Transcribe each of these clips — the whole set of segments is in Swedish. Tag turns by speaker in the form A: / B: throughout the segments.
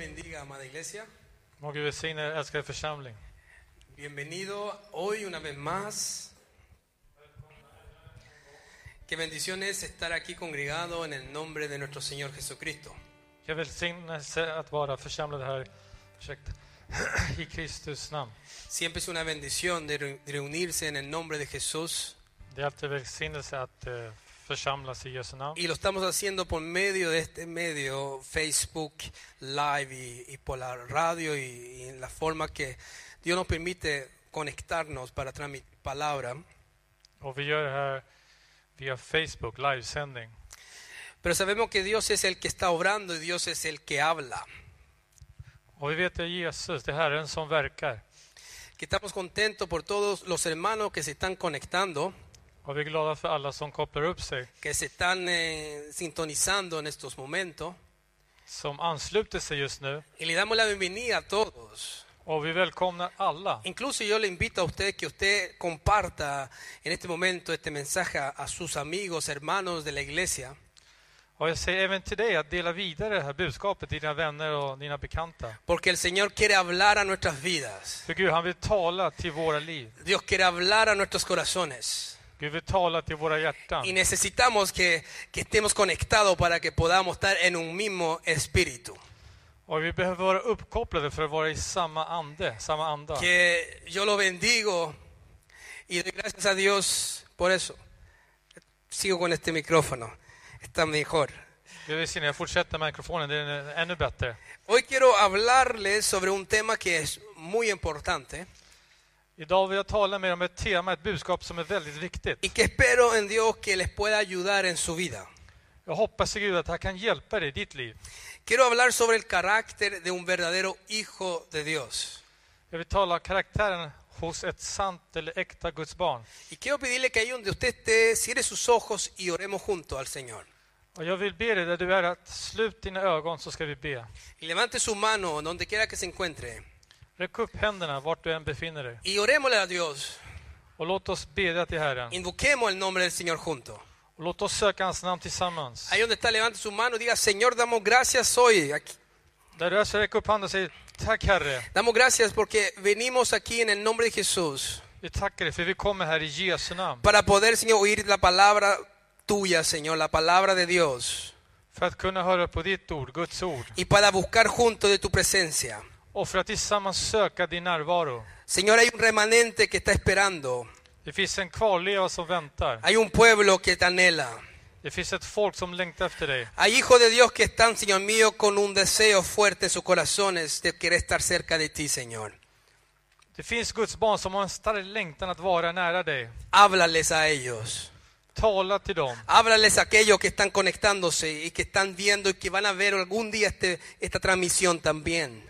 A: bendiga, amada iglesia.
B: Må Gud välsigna er älskade församling.
A: Bienvenido hoy una vez más. Qué bendición es estar aquí congregado en el nombre de nuestro Señor Jesucristo.
B: Jag välsignelse att vara församlad här ursäkta, i Kristus namn.
A: Siempre es una bendición de re- reunirse en el nombre de Jesús
B: Det är alltid välsignelse att eh, församlas i Jesu namn.
A: y lo estamos haciendo por medio de este medio, Facebook Live y, y por la radio y, y en la forma que Dios nos permite conectarnos para transmitir palabra.
B: Och vi gör det här via Facebook, livesändning.
A: Pero sabemos que Dios es el que está obrando y Dios es el que habla.
B: Och vi vet att Jesus, det är Herren som verkar.
A: Que estamos contentos por todos los hermanos que se están conectando,
B: Och vi är glada för alla som kopplar upp sig,
A: que se están eh, sintonizando en estos momentos.
B: som ansluter sig just nu.
A: Y le damos la bienvenida a todos.
B: Och vi välkomnar alla.
A: Incluso yo le invito a usted que usted comparta en este momento este mensaje a- a sus amigos, hermanos de la iglesia.
B: Och jag säger även till dig att dela vidare det här budskapet till dina vänner och dina bekanta.
A: Porque el Señor quiere hablar a nuestras vidas.
B: För Gud, han vill tala till våra liv.
A: Dios quiere hablar a nuestros corazones.
B: Gud vill tala till våra hjärtan.
A: Y necesitamos que, que estemos conectados para que podamos estar en un mismo espíritu.
B: Och vi behöver vara uppkopplade för att vara i samma ande, samma anda.
A: Que yo lo bendigo y doy gracias a Dios por eso. Sigo con este micrófono, está mejor.
B: Gud välsigne, jag fortsätter med mikrofonen, det är ännu bättre.
A: Hoy quiero hablarles sobre un tema que es muy importante
B: Idag vill jag tala med er om ett tema, ett budskap som är väldigt viktigt.
A: y que espero en Dios que les pueda ayudar en su vida.
B: Jag hoppas i Gud att han kan hjälpa dig i ditt liv.
A: Quiero hablar sobre el carácter de un verdadero hijo de Dios.
B: Jag vill tala om karaktären hos ett sant eller äkta Guds barn.
A: Y quiero pedirle que ahí donde usted esté, cierre sus ojos y oremos junto al Señor.
B: Och jag vill be dig där du är att slut dina ögon så ska vi be.
A: Y levante su mano donde quiera que se encuentre
B: Räck upp händerna vart du än befinner dig.
A: y orémosle a Dios.
B: Och låt oss bedja till Herren.
A: Invoquemos el nombre del Señor juntos.
B: Och låt oss söka hans namn tillsammans.
A: Ahí donde está, levante su mano y diga, Señor, damos gracias hoy. Aquí-
B: Där du är så räck upp handen och säg tack Herre.
A: Damos gracias porque venimos aquí en el nombre de Jesús
B: Vi tackar dig för vi kommer här i Jesu namn.
A: para poder, Señor, oír la palabra tuya, Señor, la palabra de Dios.
B: För att kunna höra på ditt ord, Guds ord.
A: Y para buscar junto de tu presencia.
B: Och för att tillsammans söka din närvaro.
A: Señor, hay un remanente que está esperando.
B: Det finns en kvarleva som väntar.
A: Hay un pueblo que te anhela.
B: Det finns ett folk som längtar efter dig.
A: Hay hijos de Dios que están, Señor mío, con un deseo fuerte en sus corazones de querer estar cerca de ti, Señor.
B: Det finns Guds barn som har en stark längtan att vara nära dig.
A: Háblales a ellos.
B: Tala till dem.
A: Háblales a aquellos que están conectándose y que están viendo y que van a ver algún día este- esta transmisión también.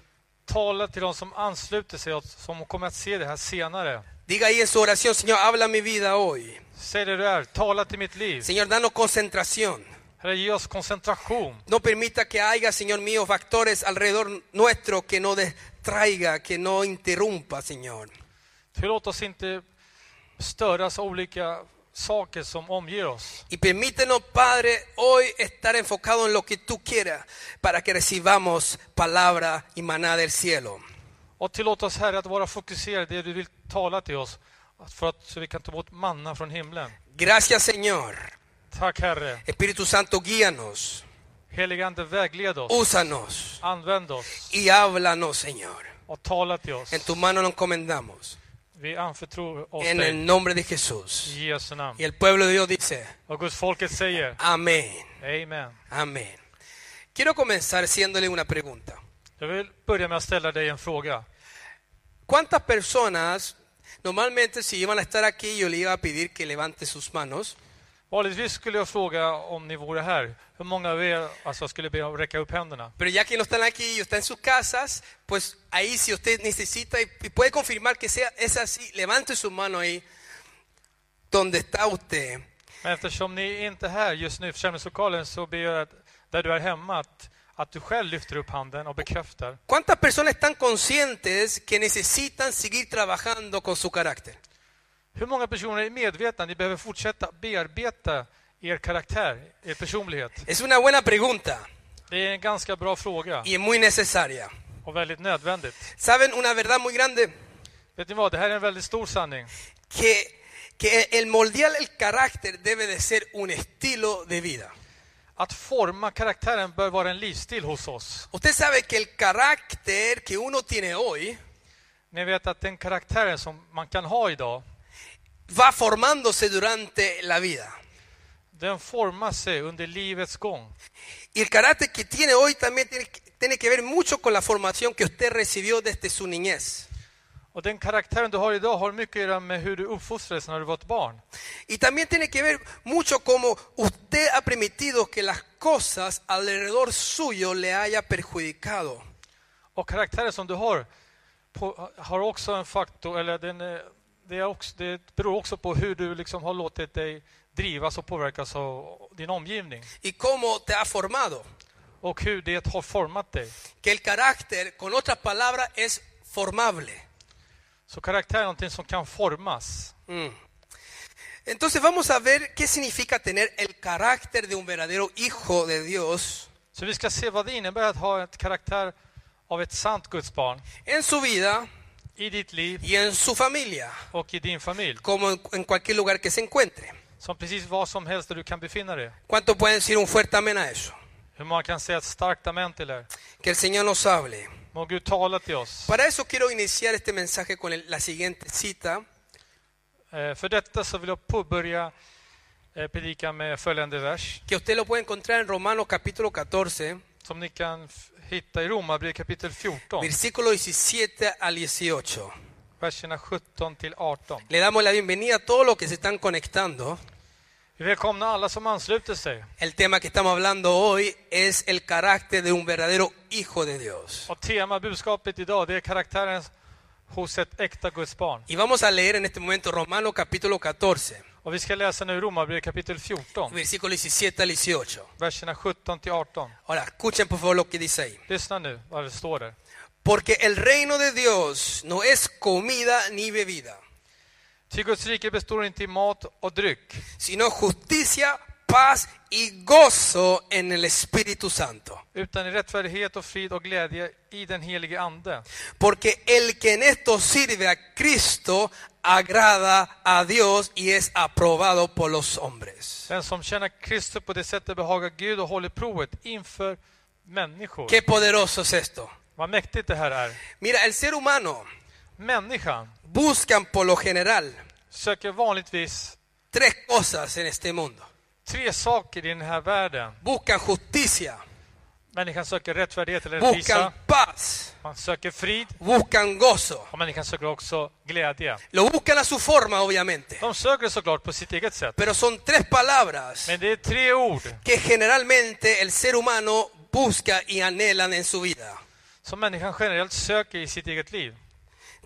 B: Tala till de som ansluter sig och som kommer att se det här senare.
A: Diga ahí en su oración, Señor, habla mi vida hoy.
B: Säg det du är, tala till mitt liv.
A: Señor, danos concentración.
B: Herre, ge oss koncentration.
A: No permita que haya, Señor mío, factores alrededor nuestro que no distraiga, que no interrumpa, Señor.
B: Tillåt oss inte störas av olika saker som omger oss.
A: Y permítenos, Padre, hoy estar enfocado en lo que tú quieras para que recibamos palabra y maná del cielo.
B: Och tillåt oss Herre att vara fokuserade i det du vill tala till oss. att- För att, så vi kan ta emot manna från himlen.
A: Gracias, Señor.
B: Tack Herre.
A: Espíritu Santo, guíanos,
B: Helige Ande, vägled oss.
A: úsanos.
B: Använd oss
A: y háblanos, Señor.
B: och tala till oss.
A: En tu mano nos encomendamos.
B: Vi anförtror oss
A: En el
B: dig.
A: nombre de
B: I
A: Jesús.
B: Jesu namn.
A: Y el pueblo de Dios dice,
B: Och Guds folket säger
A: amén,
B: Amen.
A: amén. Quiero comenzar haciéndole una pregunta.
B: Jag vill börja med att ställa dig en fråga.
A: ¿Cuántas personas, normalmente si iban a estar aquí, yo le iba a pedir que levante sus manos?
B: Vanligtvis skulle jag fråga om ni vore här. Hur många av er alltså, jag skulle be om att räcka upp händerna?
A: Pero ya que no están aquí y están en sus casas, pues ahí si usted necesita y y puede confirmar que sea, es así, levante su mano ahí donde está usted.
B: Men eftersom ni inte är här just nu i församlingslokalen så ber jag att där du är hemma att, att du själv lyfter upp handen och bekräftar.
A: ¿Cuántas personas están conscientes que necesitan seguir trabajando con su carácter?
B: Hur många personer är medvetna? Ni behöver fortsätta bearbeta er karaktär, er personlighet.
A: Es una buena pregunta.
B: Det är en ganska bra fråga
A: y muy necesaria.
B: och väldigt nödvändigt.
A: ¿Saben una verdad muy grande?
B: Vet ni vad? Det här är en väldigt stor sanning.
A: Que, que el moldear el carácter debe de ser un estilo de vida.
B: Att forma karaktären bör vara en livsstil hos oss.
A: Usted sabe que el carácter que uno tiene hoy
B: Ni vet att den karaktären som man kan ha idag,
A: va formándose durante la vida.
B: den formar sig under livets gång.
A: Y el carácter que tiene hoy también tiene, que- tiene que ver mucho con la formación que usted recibió desde su niñez.
B: Och den karaktären du har idag har mycket att göra med hur du uppfostrades när du var ett barn.
A: Y también tiene que ver mucho cómo usted ha permitido que las cosas alrededor suyo le haya perjudicado.
B: Och karaktären som du har på, har också en faktor, eller den, eh, det, är också, det beror också på hur du liksom har låtit dig drivas och påverkas av din omgivning.
A: Y cómo te ha formado.
B: Och hur det har format dig.
A: Que el carácter, con otras palabras, es formable.
B: Så karaktär är någonting som kan formas.
A: Entonces vamos a ver qué significa tener el carácter de un verdadero hijo de Dios
B: Så vi ska se vad det innebär att ha ett karaktär av ett sant Guds barn
A: en su vida
B: i ditt liv
A: y en su familia.
B: och i din familj.
A: como en, en cualquier lugar que se encuentre.
B: Som precis var som helst där du kan befinna dig.
A: ¿Cuánto pueden decir un fuerte amén a eso?
B: Hur man kan säga ett starkt amen till det.
A: Que el Señor nos hable.
B: Må Gud tala till oss.
A: Para eso quiero iniciar este mensaje con el- la siguiente cita
B: Eh, För detta så vill jag påbörja eh, predikan med följande vers
A: que usted lo puede encontrar en Romanos capítulo 14,
B: som ni kan f- hitta i Romarbrevet kapitel 14,
A: versículo 17 al 18.
B: verserna 17 till 18.
A: Le damos la bienvenida a todos los que se están conectando.
B: Vi välkomnar alla som ansluter sig.
A: El tema que estamos hablando hoy es el carácter de un verdadero hijo de Dios.
B: Och tema, budskapet idag, det är karaktären hos ett äkta Guds barn.
A: Y vamos a leer en este momento Romanos capítulo 14,
B: Och vi ska läsa nu Romarbrevet kapitel 14,
A: versículo 17 al 18.
B: verserna 17 till 18.
A: Ahora, escuchen por favor lo que dice ahí.
B: Lyssna nu vad det står där.
A: Porque el reino de Dios no es comida ni bebida,
B: Ty Guds rike består inte i mat och dryck,
A: sino justicia, paz y gozo en el Espíritu Santo.
B: utan i rättfärdighet och frid och glädje i den helige Ande.
A: Porque el que en esto sirve a Cristo agrada a Dios y es aprobado por los hombres.
B: Den som tjänar Kristus på det sättet behagar Gud och håller provet inför människor.
A: Qué poderoso es esto.
B: Vad mäktigt det här är.
A: Mira, el ser humano
B: Människan
A: buscan por lo general
B: söker vanligtvis
A: tres cosas en este mundo.
B: tre saker i den här världen.
A: Buscan justicia,
B: Människan söker rättfärdighet eller rättvisa.
A: buscan paz,
B: Man söker frid
A: buscan gozo.
B: och människan söker också glädje.
A: Lo buscan a su forma, obviamente.
B: De söker såklart på sitt eget sätt.
A: Pero son tres palabras
B: Men det är tre ord
A: que generalmente el ser humano busca y anhelan en su vida.
B: som människan generellt söker i sitt eget liv.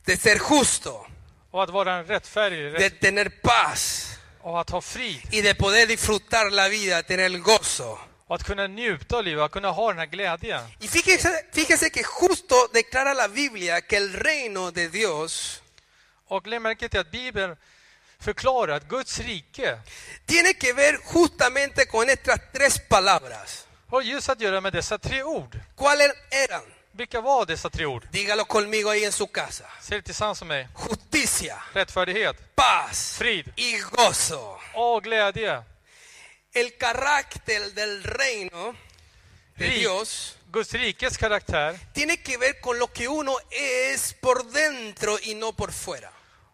A: De ser justo,
B: Och att vara en rättfärdig
A: de
B: rätt-
A: tener paz
B: och att ha frid
A: y de poder disfrutar la vida, tener el gozo.
B: och att kunna njuta av livet, att kunna ha den här glädjen.
A: Y fíjese, fíjese que justo declara la Biblia que el reino de Dios
B: Och lägg märke till att Bibeln förklarar att Guds rike
A: tiene que ver justamente con estas tres palabras.
B: har just att göra med dessa tre ord.
A: ¿Cuáles eran?
B: Vilka var dessa tre ord?
A: Dígalo conmigo ahí en su casa.
B: Säg det tillsammans med mig.
A: Justicia,
B: Rättfärdighet,
A: paz
B: Frid.
A: y gozo.
B: och glädje.
A: El carácter del reino de
B: Ri-
A: Dios
B: Guds rikes karaktär
A: tiene que ver con lo que uno es por dentro y no por fuera.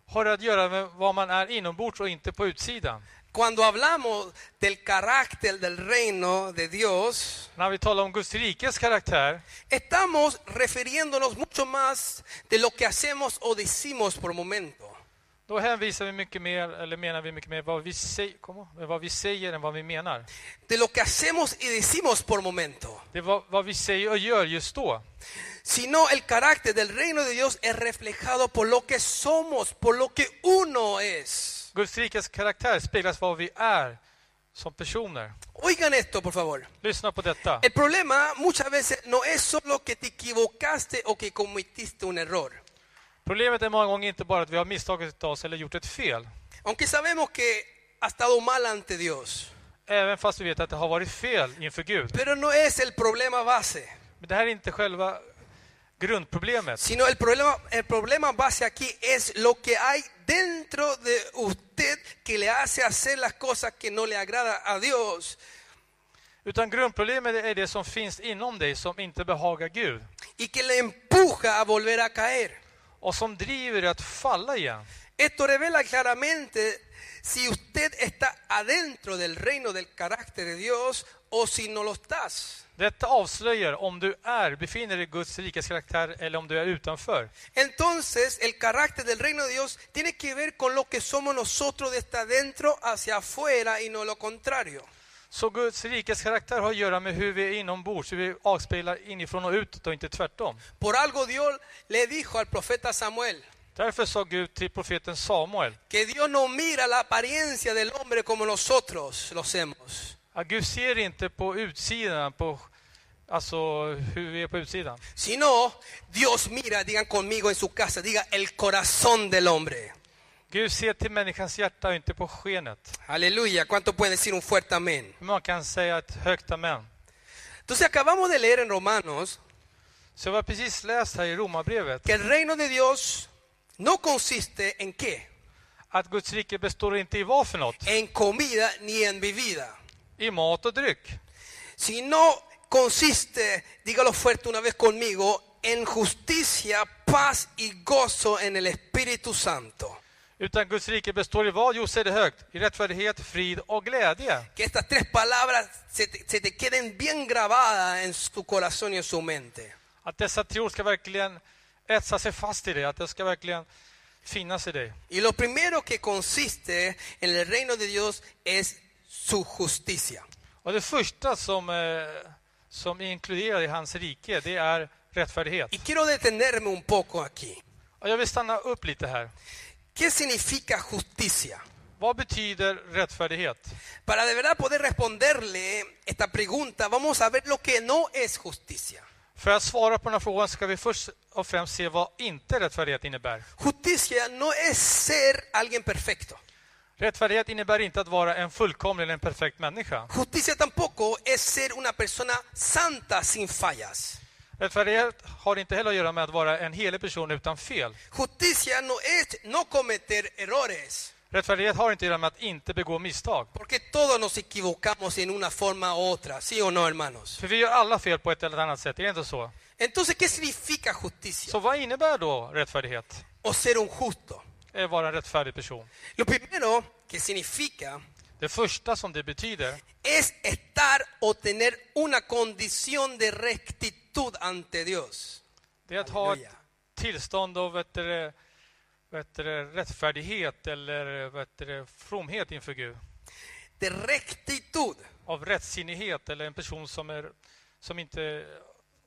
B: har att göra med vad man är inombords och inte på utsidan.
A: Cuando hablamos del carácter del reino de Dios,
B: När vi talar om Guds rikes karaktär
A: estamos refiriéndonos mucho más de lo que hacemos o decimos por momento.
B: då hänvisar vi mycket mer, eller menar vi mycket mer vad vi, säger, kom, men vad vi säger än vad vi menar.
A: De lo que hacemos y decimos por momento.
B: Det är vad, vad vi säger och gör just då.
A: Sino el carácter del reino de Dios es reflejado por lo que somos, por lo que uno es.
B: Guds rikes karaktär speglas vad vi är som personer.
A: Oigan esto, por favor.
B: Lyssna på detta.
A: El problema muchas veces no es solo que te equivocaste o que cometiste un error.
B: Problemet är många gånger inte bara att vi har misstagit oss eller gjort ett fel.
A: Aunque sabemos que has estado mal ante Dios.
B: Även fast vi vet att det har varit fel inför Gud.
A: Pero no es el problema base,
B: Men det här är inte själva grundproblemet.
A: sino el problema, el problema base aquí es lo que hay dentro de usted que le hace hacer las cosas que no le agrada a Dios.
B: Utan grundproblemet är det som finns inom dig som inte behagar Gud.
A: y que le empuja a volver a caer.
B: Och som driver dig att falla igen.
A: Esto revela claramente si usted está adentro del reino del carácter de Dios o si no lo estás.
B: Detta avslöjar om du är, befinner dig i Guds rikes karaktär eller om du är utanför.
A: Entonces, el carácter del reino de Dios tiene que ver con lo que somos nosotros desde adentro hacia afuera y no lo contrario.
B: Så Guds rikes karaktär har att göra med hur vi är inombords, hur vi avspeglar inifrån och utåt och inte tvärtom.
A: Por algo Dios le dijo al profeta Samuel
B: Därför sa Gud till profeten Samuel
A: que Dios no mira la apariencia del hombre como nosotros lo hacemos,
B: att Gud ser inte på utsidan, på, alltså hur vi är på utsidan.
A: sino Dios mira, digan conmigo en su casa, diga el corazón del hombre.
B: Gud ser till människans hjärta och inte på skenet.
A: Aleluya, ¿cuánto puede decir un fuerte amén?
B: Hur man kan säga ett högt amen.
A: Entonces acabamos de leer en Romanos
B: Så jag har precis läst här i Romarbrevet
A: que el reino de Dios no consiste en qué?
B: att Guds rike består inte i vad för något?
A: En comida ni en bebida,
B: I mat och dryck.
A: sino consiste, dígalo fuerte una vez conmigo, en justicia, paz y gozo en el Espíritu Santo.
B: Utan Guds rike består i vad? Jo, säg det högt. I rättfärdighet, frid och glädje.
A: Que estas tres palabras se te, se te queden bien grabadas en su corazón y en su mente.
B: Att dessa tre ord ska verkligen etsa sig fast i dig, att det ska verkligen finnas i dig.
A: Y lo primero que consiste en el reino de Dios es su justicia.
B: Och det första som, eh, som inkluderar i hans rike, det är rättfärdighet.
A: Y quiero detenerme un poco aquí.
B: Och jag vill stanna upp lite här.
A: ¿Qué significa justicia?
B: Vad betyder rättfärdighet?
A: Para de verdad poder responderle esta pregunta, vamos a ver lo que no es justicia.
B: För att svara på den här frågan ska vi först och främst se vad inte rättfärdighet innebär.
A: Justicia no es ser alguien perfecto.
B: Rättfärdighet innebär inte att vara en fullkomlig eller en perfekt människa.
A: Justicia tampoco es ser una persona santa sin fallas.
B: Rättfärdighet har inte heller att göra med att vara en helig person utan fel.
A: Justicia no es no cometer errores,
B: Rättfärdighet har inte att göra med att inte begå misstag.
A: porque todos nos equivocamos en una forma u otra, ¿sí o no, hermanos?
B: För vi gör alla fel på ett eller annat sätt, är det inte så?
A: Entonces, ¿qué significa justicia?
B: Så vad innebär då rättfärdighet?
A: O ser un justo.
B: Är att vara en rättfärdig person.
A: Lo primero que significa
B: Det första som det betyder,
A: es estar o tener una condición de rectitud ante Dios.
B: det är att ha ett
A: Halleluja.
B: tillstånd av vet du, det, vet du, det, rättfärdighet eller vet du, det, fromhet inför Gud.
A: De rectitud.
B: Av rättsinnighet eller en person som är, som inte,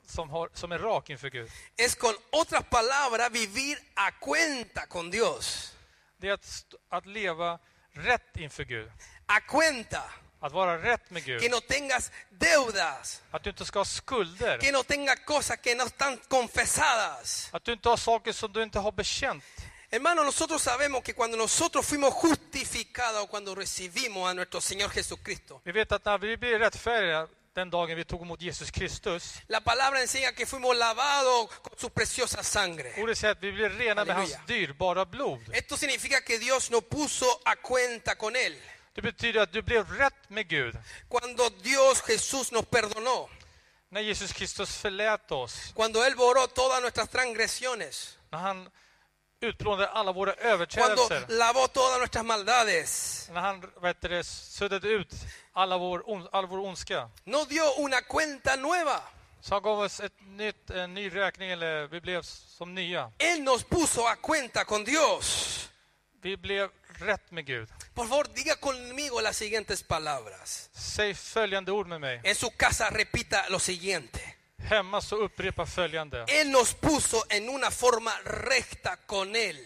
B: som har, som är rak inför Gud.
A: Es con otras palabras vivir a cuenta con Dios.
B: Det är att, st- att leva rätt inför Gud.
A: A cuenta.
B: Att vara rätt med Gud.
A: Que no tengas deudas.
B: Att du inte ska ha skulder.
A: Que no tengas cosas que no están confesadas.
B: Att du inte har saker som du inte har bekänt.
A: Hermano, nosotros sabemos que cuando nosotros fuimos justificados, cuando recibimos a nuestro Señor Jesucristo,
B: Vi vet att när vi blir rättfärdiga den dagen vi tog emot Jesus Kristus,
A: la palabra enseña que fuimos lavados con su preciosa sangre.
B: ordet säger att vi blir rena med hans
A: Halleluja.
B: dyrbara blod.
A: Esto significa que Dios no puso a cuenta con él.
B: Det betyder att du blev rätt med Gud.
A: Cuando Dios Jesús nos perdonó,
B: När Jesus Kristus förlät oss,
A: cuando Él borró todas nuestras transgresiones,
B: när han utplånade alla våra
A: cuando
B: överträdelser,
A: lavó todas nuestras maldades,
B: när han vad heter det, suddade ut alla vår, on- all vår ondska,
A: no dio una cuenta nueva.
B: så han gav oss ett nytt, en ny räkning, eller vi blev som nya.
A: Él nos puso a cuenta con Dios.
B: Vi blev rätt med Gud.
A: Por favor, diga conmigo las siguientes palabras.
B: Säg följande ord med mig.
A: En su casa repita lo siguiente.
B: Hemma så upprepa följande.
A: Él nos puso en una forma recta con Él,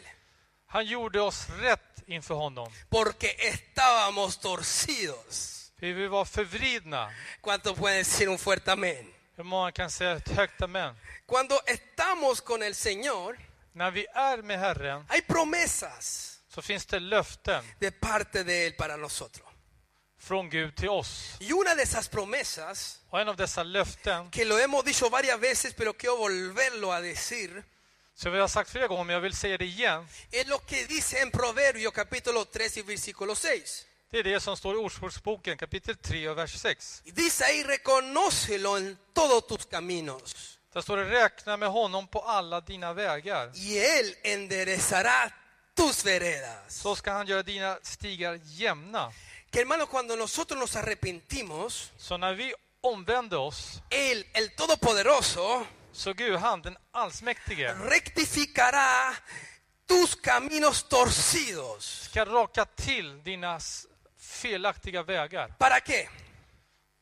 B: Han gjorde oss rätt inför honom.
A: porque estábamos torcidos.
B: För vi var förvridna.
A: ¿Cuánto pueden decir un fuerte amén?
B: Hur många kan säga ett högt amen?
A: Cuando estamos con el Señor,
B: När vi är med Herren
A: hay promesas
B: så finns det löften
A: de parte de Él para nosotros.
B: från Gud till oss.
A: Y una de esas promesas,
B: Och en av dessa löften,
A: que lo hemos dicho varias veces, pero quiero volverlo a decir,
B: som vi har sagt flera gånger, men jag vill säga det igen.
A: es lo que dice en Proverbio capítulo 3 y versículo 6.
B: Det är det som står i Ordspråksboken kapitel 3 och vers 6.
A: Y dice ahí, reconócelo en todos tus caminos,
B: Där står det räkna med honom på alla dina vägar.
A: y él enderezará tus veredas.
B: Så ska han göra dina stigar jämna.
A: Que hermanos, cuando nosotros nos arrepentimos,
B: Så när vi omvände oss,
A: Él, el Todopoderoso,
B: så Gud, han den allsmäktige,
A: rectificará tus caminos torcidos.
B: ska raka till dina s- felaktiga vägar.
A: ¿Para qué?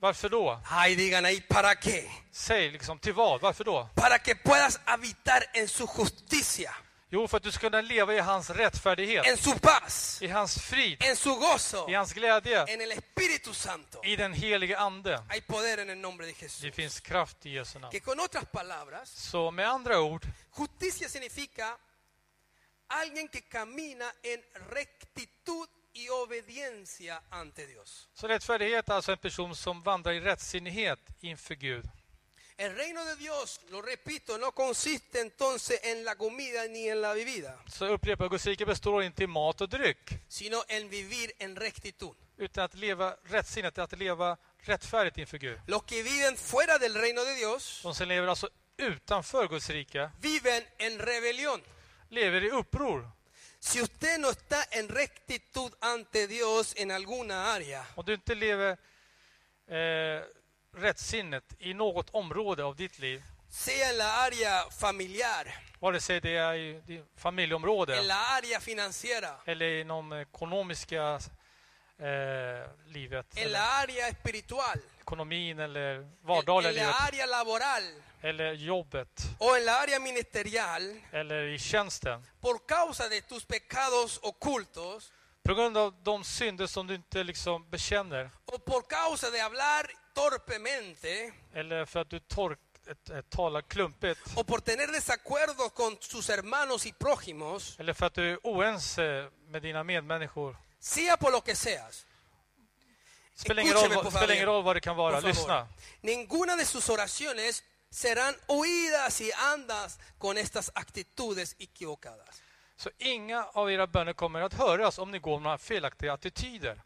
B: Varför då?
A: Ay, digan ahí, ¿para qué?
B: Säg liksom, till vad? Varför då?
A: Para que puedas habitar en su justicia,
B: Jo, för att du ska kunna leva i hans rättfärdighet,
A: en su paz,
B: i hans frid,
A: en su gozo,
B: i hans glädje,
A: en el Espíritu Santo.
B: i den helige Ande.
A: Hay poder en el nombre de Jesús.
B: Det finns kraft i Jesu namn.
A: Que con otras palabras,
B: Så med andra ord,
A: justicia significa alguien que camina en rectitud y obediencia ante Dios.
B: så rättfärdighet är alltså en person som vandrar i rättsinnighet inför Gud.
A: El reino de Dios, lo repito, no consiste entonces en la comida ni en la bebida,
B: Så jag upprepar, Guds rike består inte i mat och dryck,
A: sino en vivir en rectitud.
B: utan att leva rättsinnigt, att leva rättfärdigt inför Gud.
A: Los que viven fuera del reino de Dios
B: De som lever alltså utanför Guds rike,
A: viven en rebelión.
B: lever i uppror.
A: Si usted no está en rectitud ante Dios en alguna área,
B: Om du inte lever eh, rättsinnet i något område av ditt liv,
A: sea en la área familiar,
B: vare sig det är i ditt familjeområde
A: en la área financiera,
B: eller inom ekonomiska eh, livet,
A: en
B: eller
A: la área espiritual,
B: ekonomin eller vardagliga
A: en
B: livet,
A: la área laboral
B: eller jobbet,
A: o en la área ministerial,
B: eller i tjänsten.
A: por causa de tus pecados ocultos,
B: På grund av de synder som du inte liksom bekänner,
A: o por causa de hablar torpemente
B: eller för att du tork, ett, ett, talar klumpigt,
A: o por tener desacuerdos con sus hermanos y prójimos,
B: eller för att du är oense med dina medmänniskor.
A: sea por lo que seas,
B: Spelar ingen, roll,
A: Escúchame,
B: vad-
A: por
B: spelar ingen
A: favor.
B: roll vad det kan vara,
A: por favor,
B: lyssna.
A: ninguna de sus oraciones serán oídas si andas con estas actitudes equivocadas.
B: Så inga av era böner kommer att höras om ni går med några felaktiga attityder.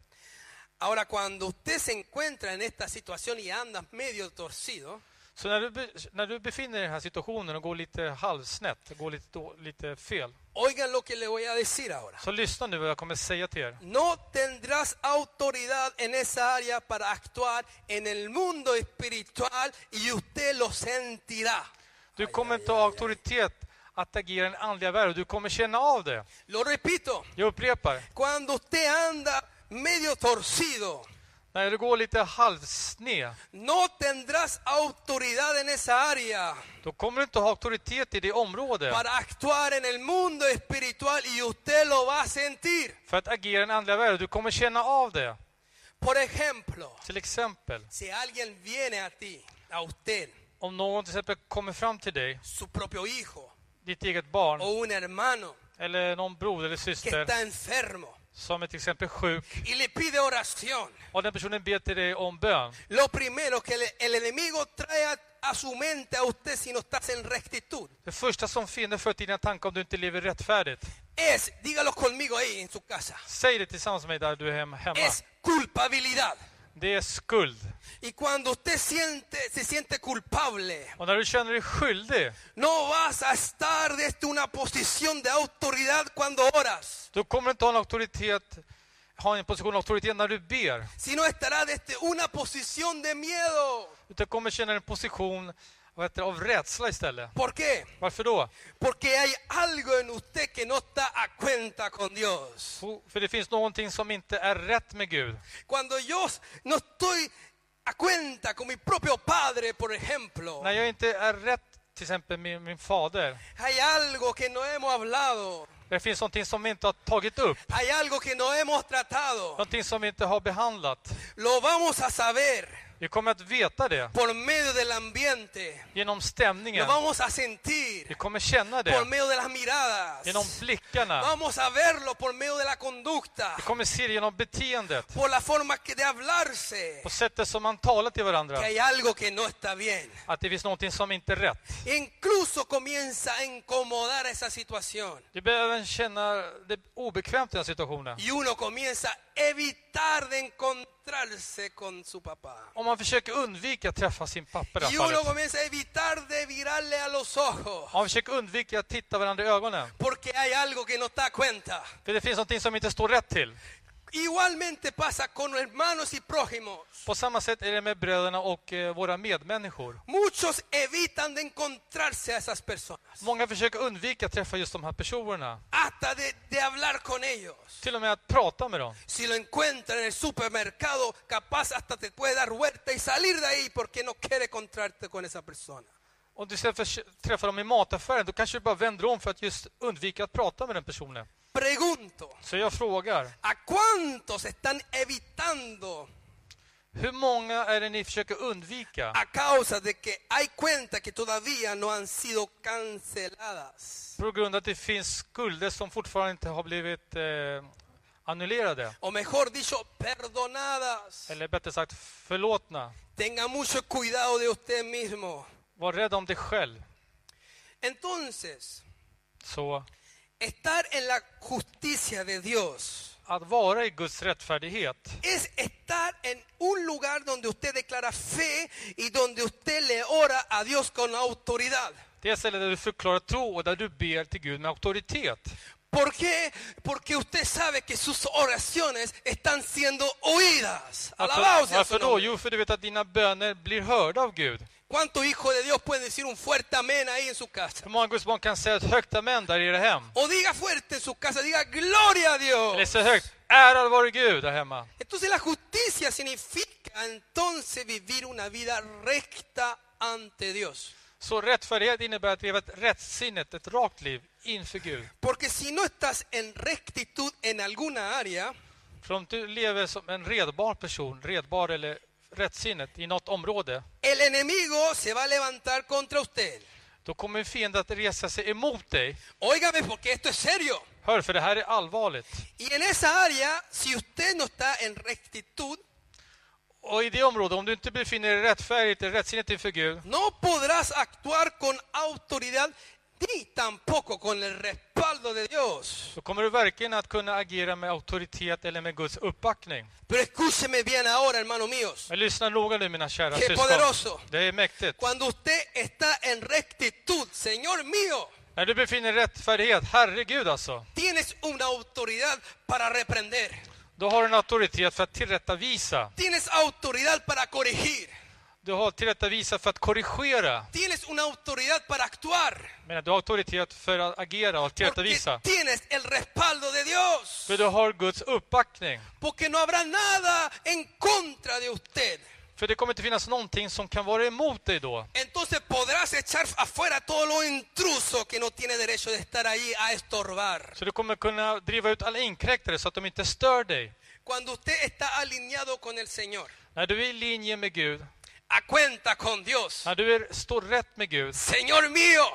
A: Ahora, cuando usted se encuentra en esta situación y anda medio torcido,
B: Så när du, be, när du befinner dig i den här situationen och går lite halvsnett, går lite, då, lite fel,
A: oigan lo que le voy a decir ahora.
B: så lyssna nu vad jag kommer säga till er.
A: No tendrás autoridad en esa área para actuar en el mundo espiritual y usted lo sentirá.
B: Du kommer inte ha auktoritet att agera i den andliga världen, du kommer känna av det.
A: Lo repito,
B: Jag upprepar,
A: cuando usted anda medio torcido,
B: när du går lite halvsned,
A: no tendrás autoridad en esa área
B: då kommer du inte ha auktoritet i det området.
A: para actuar en el mundo espiritual y usted lo va a sentir.
B: För att agera i den andliga världen, du kommer känna av det.
A: Por ejemplo,
B: Till exempel,
A: si alguien viene a ti, a usted,
B: om någon till exempel kommer fram till dig,
A: su propio hijo
B: ditt eget barn,
A: o un hermano
B: eller någon bror eller
A: que
B: syster
A: está enfermo
B: som är till exempel sjuk
A: y le pide oración,
B: och den personen ber till dig om bön.
A: Lo primero que le- el enemigo trae a, a su mente a usted si no estás en rectitud
B: Det första som finner för dina tankar om du inte lever rättfärdigt,
A: es, dígalo conmigo ahí en su casa,
B: säg det tillsammans med mig där du är hem- hemma.
A: es culpabilidad.
B: Det är skuld.
A: Y cuando usted siente, se siente culpable,
B: Och när du känner dig skyldig,
A: no vas a estar desde una posición de autoridad cuando oras,
B: då kommer du inte ha en auktoritet, ha en position av auktoritet när du ber.
A: sino estará desde una posición de miedo.
B: Utan kommer känna en position vad heter det, av rädsla istället.
A: ¿Por qué?
B: Varför då?
A: Porque hay algo en usted que no está a cuenta con Dios.
B: Jo, För det finns någonting som inte är rätt med Gud.
A: Cuando yo no estoy a cuenta con mi propio padre, por ejemplo,
B: När jag inte är rätt, till exempel med min fader,
A: hay algo que no hemos hablado,
B: det finns någonting som vi inte har tagit upp,
A: hay algo que no hemos tratado,
B: någonting som vi inte har behandlat,
A: lo vamos a saber
B: Vi kommer att veta det
A: por medio del ambiente.
B: genom
A: Lo
B: stämningen.
A: vamos a
B: Vi
A: sentir
B: kommer
A: por
B: känna det
A: medio de las miradas.
B: genom blickarna.
A: Vamos a verlo por medio de la conducta,
B: Vi kommer se det genom beteendet,
A: por la forma que de hablarse,
B: på sättet som man talar till varandra,
A: que hay algo que no está bien.
B: att det finns någonting som inte är rätt.
A: Incluso comienza a incomodar esa situación.
B: Du behöver även känna det obekvämt i den situationen.
A: Y uno comienza a evitar de encontrarse con su papá.
B: Om man försöker undvika att träffa sin pappa i det
A: Y
B: här
A: uno
B: fallet.
A: comienza a evitar de virarle a los ojos.
B: Om man försöker undvika att titta varandra i ögonen.
A: Porque hay algo que no está a cuenta.
B: För det finns någonting som inte står rätt till.
A: Igualmente pasa con hermanos y prójimos.
B: På samma sätt är det med bröderna och eh, våra medmänniskor.
A: Muchos evitan de encontrarse a esas personas.
B: Många försöker undvika att träffa just de här personerna.
A: Hasta de, de hablar con ellos.
B: Till och med att prata med dem.
A: Si lo encuentran en el supermercado, capaz hasta te puede dar vuelta y salir de ahí porque no quiere encontrarte con esa persona.
B: Om du istället för att träffa dem i mataffären, då kanske du bara vänder om för att just undvika att prata med den personen.
A: Pregunto,
B: Så jag frågar,
A: ¿a cuántos están evitando
B: hur många är det ni försöker undvika?
A: a causa de que hay cuentas que todavía no han sido canceladas?
B: På grund av att det finns skulder som fortfarande inte har blivit eh, annullerade.
A: O mejor dicho, perdonadas.
B: Eller bättre sagt, förlåtna.
A: Tenga mucho cuidado de usted mismo.
B: Var rädd om dig själv.
A: Entonces,
B: Så
A: Estar en la justicia de Dios
B: att vara i Guds rättfärdighet
A: es estar en un lugar donde usted declara fe y donde usted le ora a Dios con autoridad.
B: Det är stället där du förklarar tro och där du ber till Gud med auktoritet.
A: ¿Por qué? Porque usted sabe que sus oraciones están siendo oídas. Alabados
B: Varför,
A: sea su
B: varför då?
A: nombre.
B: Jo, för du vet att dina böner blir hörda av Gud.
A: ¿Cuántos hijos de Dios pueden decir un fuerte amén ahí en su casa?
B: Hur många Guds barn kan säga ett högt amen där i era hem?
A: O diga fuerte en su casa, diga gloria a
B: Eller
A: Dios.
B: så högt, ärad vare Gud där hemma.
A: Entonces la justicia significa entonces vivir una vida recta ante Dios.
B: Så rättfärdighet innebär att leva ett rättsinnet, ett rakt liv inför Gud.
A: Porque si no estás en rectitud en alguna área,
B: För om du lever som en redbar person, redbar eller rättsinnet i något område,
A: el enemigo se va a levantar contra usted.
B: då kommer fienden att resa sig emot dig.
A: Óigame porque esto es serio.
B: Hör, för det här är allvarligt.
A: Y en esa área, si usted no está en rectitud,
B: Och i det området, om du inte befinner dig rättfärdigt eller rättsinnigt inför Gud,
A: no podrás actuar con autoridad ni tampoco con el respaldo de Dios.
B: så kommer du verkligen att kunna agera med auktoritet eller med Guds uppbackning.
A: Pero escúcheme bien ahora, hermanos míos.
B: Men lyssna noga nu mina kära
A: Qué poderoso.
B: syskon. Det är mäktigt.
A: Cuando usted está en rectitud, Señor mío,
B: När du befinner dig i rättfärdighet, herregud alltså,
A: tienes una autoridad para reprender.
B: då har du en auktoritet för att tillrättavisa.
A: Tienes autoridad para corregir.
B: Du har tillrättavisa för att korrigera.
A: Tienes una autoridad para actuar.
B: Men du har auktoritet för att agera och
A: Porque
B: tillrättavisa.
A: tienes el respaldo de Dios.
B: För du har Guds uppbackning.
A: Porque no habrá nada en contra de usted.
B: För det kommer inte finnas någonting som kan vara emot dig då.
A: Entonces podrás echar afuera todo lo intruso que no tiene derecho de estar allí a estorbar.
B: Så du kommer kunna driva ut alla inkräktare så att de inte stör dig.
A: Cuando usted está alineado con el Señor,
B: När du är i linje med Gud,
A: a cuenta con Dios.
B: när du är, står rätt med Gud,
A: Señor mío,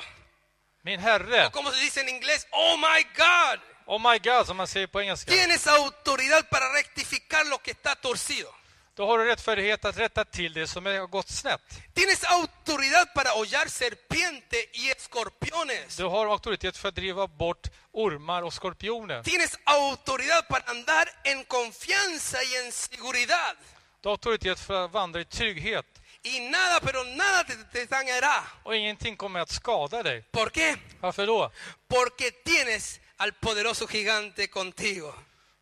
B: min Herre,
A: o como se dice en inglés, oh my God,
B: oh my God som man säger på engelska,
A: tienes autoridad para rectificar lo que está torcido.
B: då har du rättfärdighet att rätta till det som har gått snett.
A: Tienes autoridad para hollar serpiente y escorpiones.
B: Du har auktoritet för att driva bort ormar och skorpioner.
A: Tienes autoridad para andar en confianza y en seguridad.
B: Du har auktoritet för att vandra i trygghet
A: Y nada, pero nada te, te dañará.
B: och ingenting kommer att skada dig.
A: ¿Por qué?
B: Varför då?
A: Porque tienes al poderoso gigante contigo.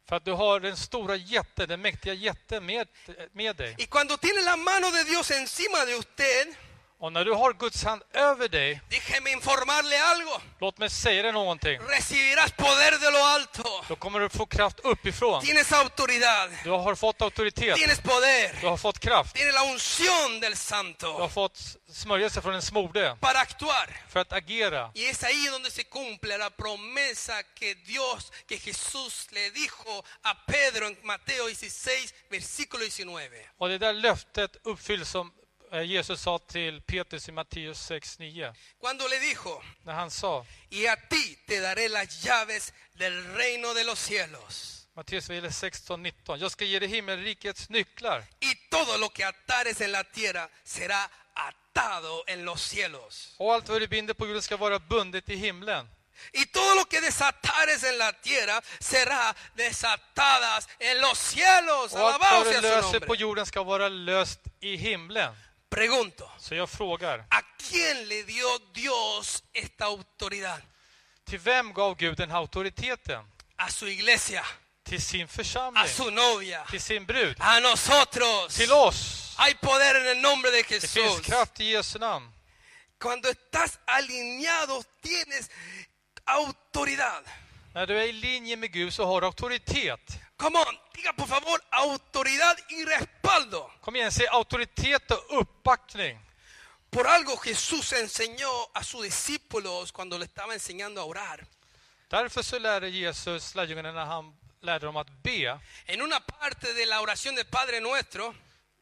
B: För att du har den stora jätten, den mäktiga jätten med, med dig.
A: Y cuando tienes la mano de Dios encima de usted,
B: Och när du har Guds hand över dig,
A: Déjeme informarle algo.
B: låt mig säga dig någonting.
A: Recibirás poder de lo alto.
B: Då kommer du få kraft uppifrån.
A: Tienes autoridad.
B: Du har fått auktoritet.
A: Tienes poder.
B: Du har fått kraft.
A: Tienes la unción del
B: Du har
A: santo
B: fått smörjelse från den smorde
A: para actuar.
B: för att agera.
A: Y es ahí donde se cumple la promesa que Dios, que Jesús le dijo a Pedro en Mateo 16, versículo 19.
B: Och det där löftet uppfylls som eh, Jesus sa till Petrus i Matteus 6.9.
A: Cuando le dijo,
B: När han sa,
A: y a ti te daré las llaves del reino de los cielos.
B: Matteus 16.19, jag ska ge dig himmelrikets nycklar.
A: Y todo lo que atares en la tierra será atado en los cielos.
B: Och allt vad du binder på jorden ska vara bundet i himlen.
A: Y todo lo que desatares en la tierra será desatadas en los cielos.
B: Och allt vad
A: Alabado
B: du
A: sea su
B: löser på
A: nombre.
B: jorden ska vara löst i himlen.
A: Pregunto,
B: Så jag frågar,
A: ¿a quién le dio Dios esta autoridad?
B: till vem gav Gud den här auktoriteten?
A: A su iglesia,
B: Till sin
A: a
B: församling,
A: su novia,
B: till sin brud,
A: a nosotros.
B: till oss.
A: Hay poder en el nombre de
B: Det finns
A: Jesús.
B: kraft i Jesu namn.
A: Cuando estás alineado, tienes autoridad.
B: När du är i linje med Gud så har du auktoritet.
A: Come on, diga por favor, autoridad y respaldo.
B: Kom igen, säg auktoritet och uppbackning.
A: Por algo Jesús enseñó a sus discípulos cuando le estaba enseñando a orar.
B: Därför så lärde Jesus lärjungarna när han lärde dem att be.
A: En una parte de la oración del Padre Nuestro,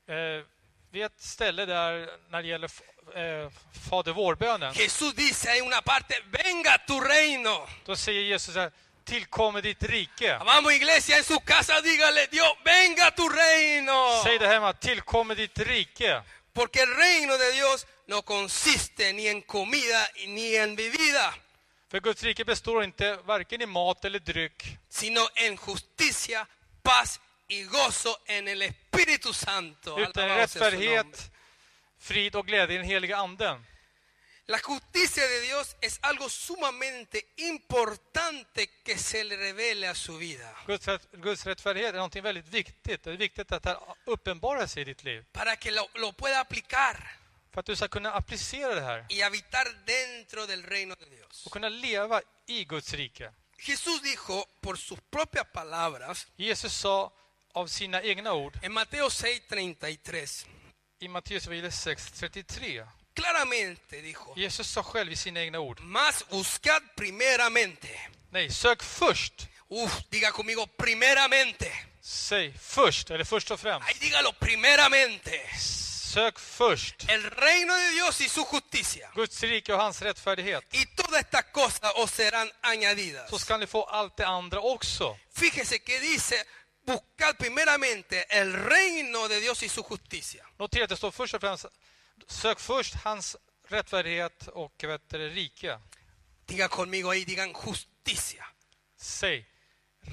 B: Eh, vid ett ställe där när det gäller f- eh, Fader vår-bönen,
A: Jesús dice, hay una parte, venga tu reino.
B: då säger Jesus så här, tillkommer ditt rike.
A: Vamos iglesia, en su casa dígale, Dios, venga tu reino.
B: Säg det hemma, tillkommer ditt rike.
A: Porque el reino de Dios no consiste ni en comida ni en bebida,
B: För Guds rike består inte varken i mat eller dryck,
A: sino en justicia, paz y gozo en el Espíritu Santo.
B: utan
A: Alabado sea su nombre.
B: rättfärdighet, frid och glädje i den heliga anden.
A: La justicia de Dios es algo sumamente importante que se le revele a su vida.
B: Guds, rätt- Guds rättfärdighet är någonting väldigt viktigt. Det är viktigt att det här uppenbaras i ditt liv.
A: Para que lo, lo pueda aplicar
B: För att du ska kunna applicera det här
A: y habitar dentro del reino de Dios.
B: och kunna leva i Guds rike.
A: Jesús dijo por sus propias palabras
B: Jesus sa av sina egna ord
A: en Mateo 6:33,
B: i Matteus 6.33.
A: claramente dijo,
B: Jesus sa själv i sina egna ord.
A: Más buscad primeramente.
B: Nej, sök först.
A: Uf, diga conmigo, primeramente.
B: Säg först, eller först och främst.
A: Ahí dígalo, primeramente.
B: Sök först.
A: El reino de Dios y su justicia.
B: Guds rike och hans rättfärdighet.
A: Y todas estas cosas os serán añadidas.
B: Så ska ni få allt det andra också.
A: Fíjese que dice, buscad primeramente el reino de Dios y su justicia.
B: Notera att det står först och främst, sök först hans rättfärdighet och vad heter det, rike.
A: Diga conmigo ahí, digan justicia.
B: Säg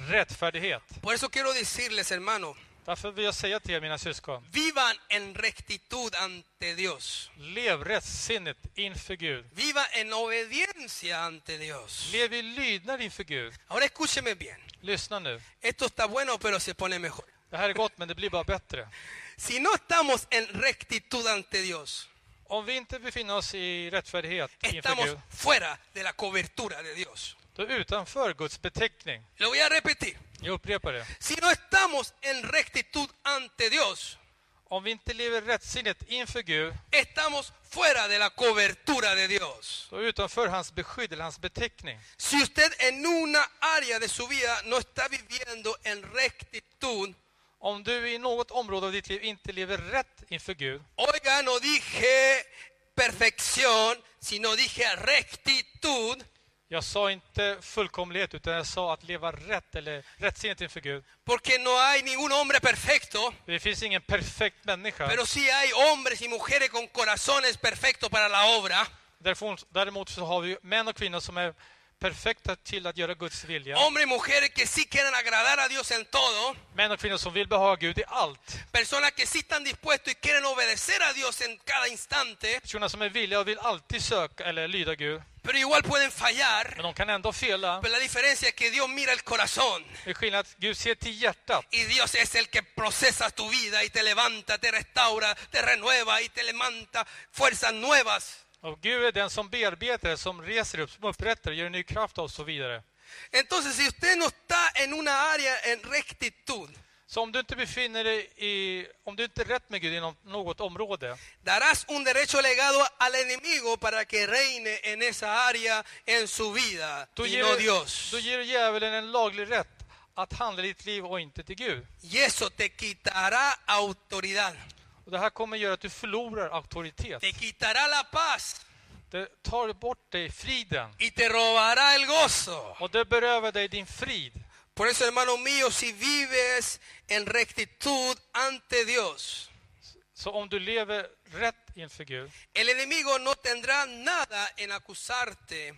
B: rättfärdighet.
A: Por eso quiero decirles, hermano,
B: Därför vill jag säga till er mina syskon,
A: vivan en rectitud ante Dios.
B: lev rättsinnigt inför Gud.
A: Viva en obediencia ante Dios.
B: Lev i lydnad inför Gud.
A: Ahora escúcheme bien.
B: Lyssna nu.
A: Esto está bueno, pero se pone mejor.
B: Det här är gott men det blir bara bättre.
A: Si no estamos en rectitud ante Dios,
B: Om vi inte befinner oss i rättfärdighet inför
A: estamos
B: Gud,
A: fuera de la cobertura de Dios.
B: då är vi utanför Guds beteckning.
A: Lo voy a repetir.
B: Jag upprepar det.
A: Si no estamos en rectitud ante Dios,
B: Om vi inte lever rättsinnigt inför Gud,
A: estamos fuera de la cobertura de Dios.
B: då är vi utanför hans beskydd eller hans beteckning.
A: Si usted en una área de su vida no está viviendo en rectitud,
B: Om du i något område av ditt liv inte lever rätt inför Gud,
A: oiga, no dije perfección, sino dije rectitud,
B: jag sa inte fullkomlighet utan jag sa att leva rätt eller rättsinnigt inför Gud.
A: porque no hay ningún hombre perfecto.
B: Det finns ingen perfekt människa.
A: Pero sí hay hombres y mujeres con corazones perfectos para la obra,
B: Därför- Däremot så har vi ju män och kvinnor som är perfekta till att göra Guds vilja.
A: Hombres y mujeres que sí quieren agradar a Dios en todo.
B: Män och kvinnor som vill behaga Gud i allt.
A: Personas que sí están dispuestos y quieren obedecer a Dios en cada instante.
B: Personer som är villiga och vill alltid söka eller lyda Gud.
A: Pero igual pueden fallar.
B: Men de kan ändå fela.
A: Pero la diferencia es que Dios mira el corazón.
B: Det är skillnad att Gud ser till hjärtat.
A: Y Dios es el que procesa tu vida y te levanta, te restaura, te renueva y te levanta fuerzas nuevas.
B: Och Gud är den som bearbetar, som reser upp, som upprättar, ger en ny kraft av oss och så vidare.
A: Entonces, si usted no está en una área en rectitud,
B: Så om du inte befinner dig i, om du inte är rätt med Gud inom något område,
A: darás un derecho legado al enemigo para que reine en esa área en su vida
B: då
A: y
B: ger,
A: no
B: du,
A: Dios.
B: då ger du djävulen en laglig rätt att handla i ditt liv och inte till Gud.
A: Y eso te quitará autoridad,
B: Och det här kommer göra att du förlorar auktoritet.
A: te quitará la paz
B: Det tar bort dig friden.
A: y te robará el gozo.
B: Och det berövar dig din frid.
A: Por eso, hermano mío, si vives en rectitud ante Dios,
B: Så om du lever rätt inför Gud,
A: el enemigo no tendrá nada en acusarte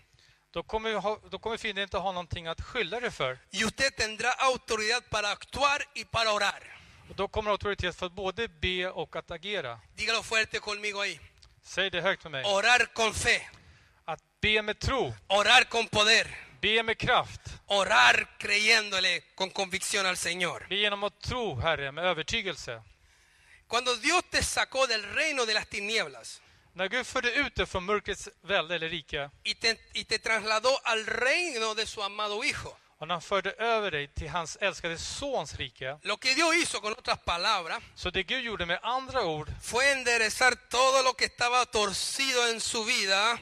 B: då kommer, vi ha, då kommer fienden inte ha någonting att skylla dig för.
A: y usted tendrá autoridad para actuar y para orar.
B: Och då kommer auktoritet för att både be och att agera.
A: Dígalo fuerte conmigo ahí.
B: Säg det högt med mig.
A: Orar con fe,
B: Att be med tro,
A: orar con poder.
B: be med kraft,
A: orar creyéndole con convicción al Señor.
B: be genom att tro, Herre, med övertygelse.
A: Cuando Dios te sacó del reino de las tinieblas
B: När Gud förde ut dig från mörkrets välde eller rike,
A: y te, y te trasladó al reino de su amado Hijo,
B: och när han förde över dig till hans älskade sons rike,
A: lo que Dios hizo, con otras palabras,
B: så det Gud gjorde med andra ord,
A: fue enderezar todo lo que estaba torcido en su vida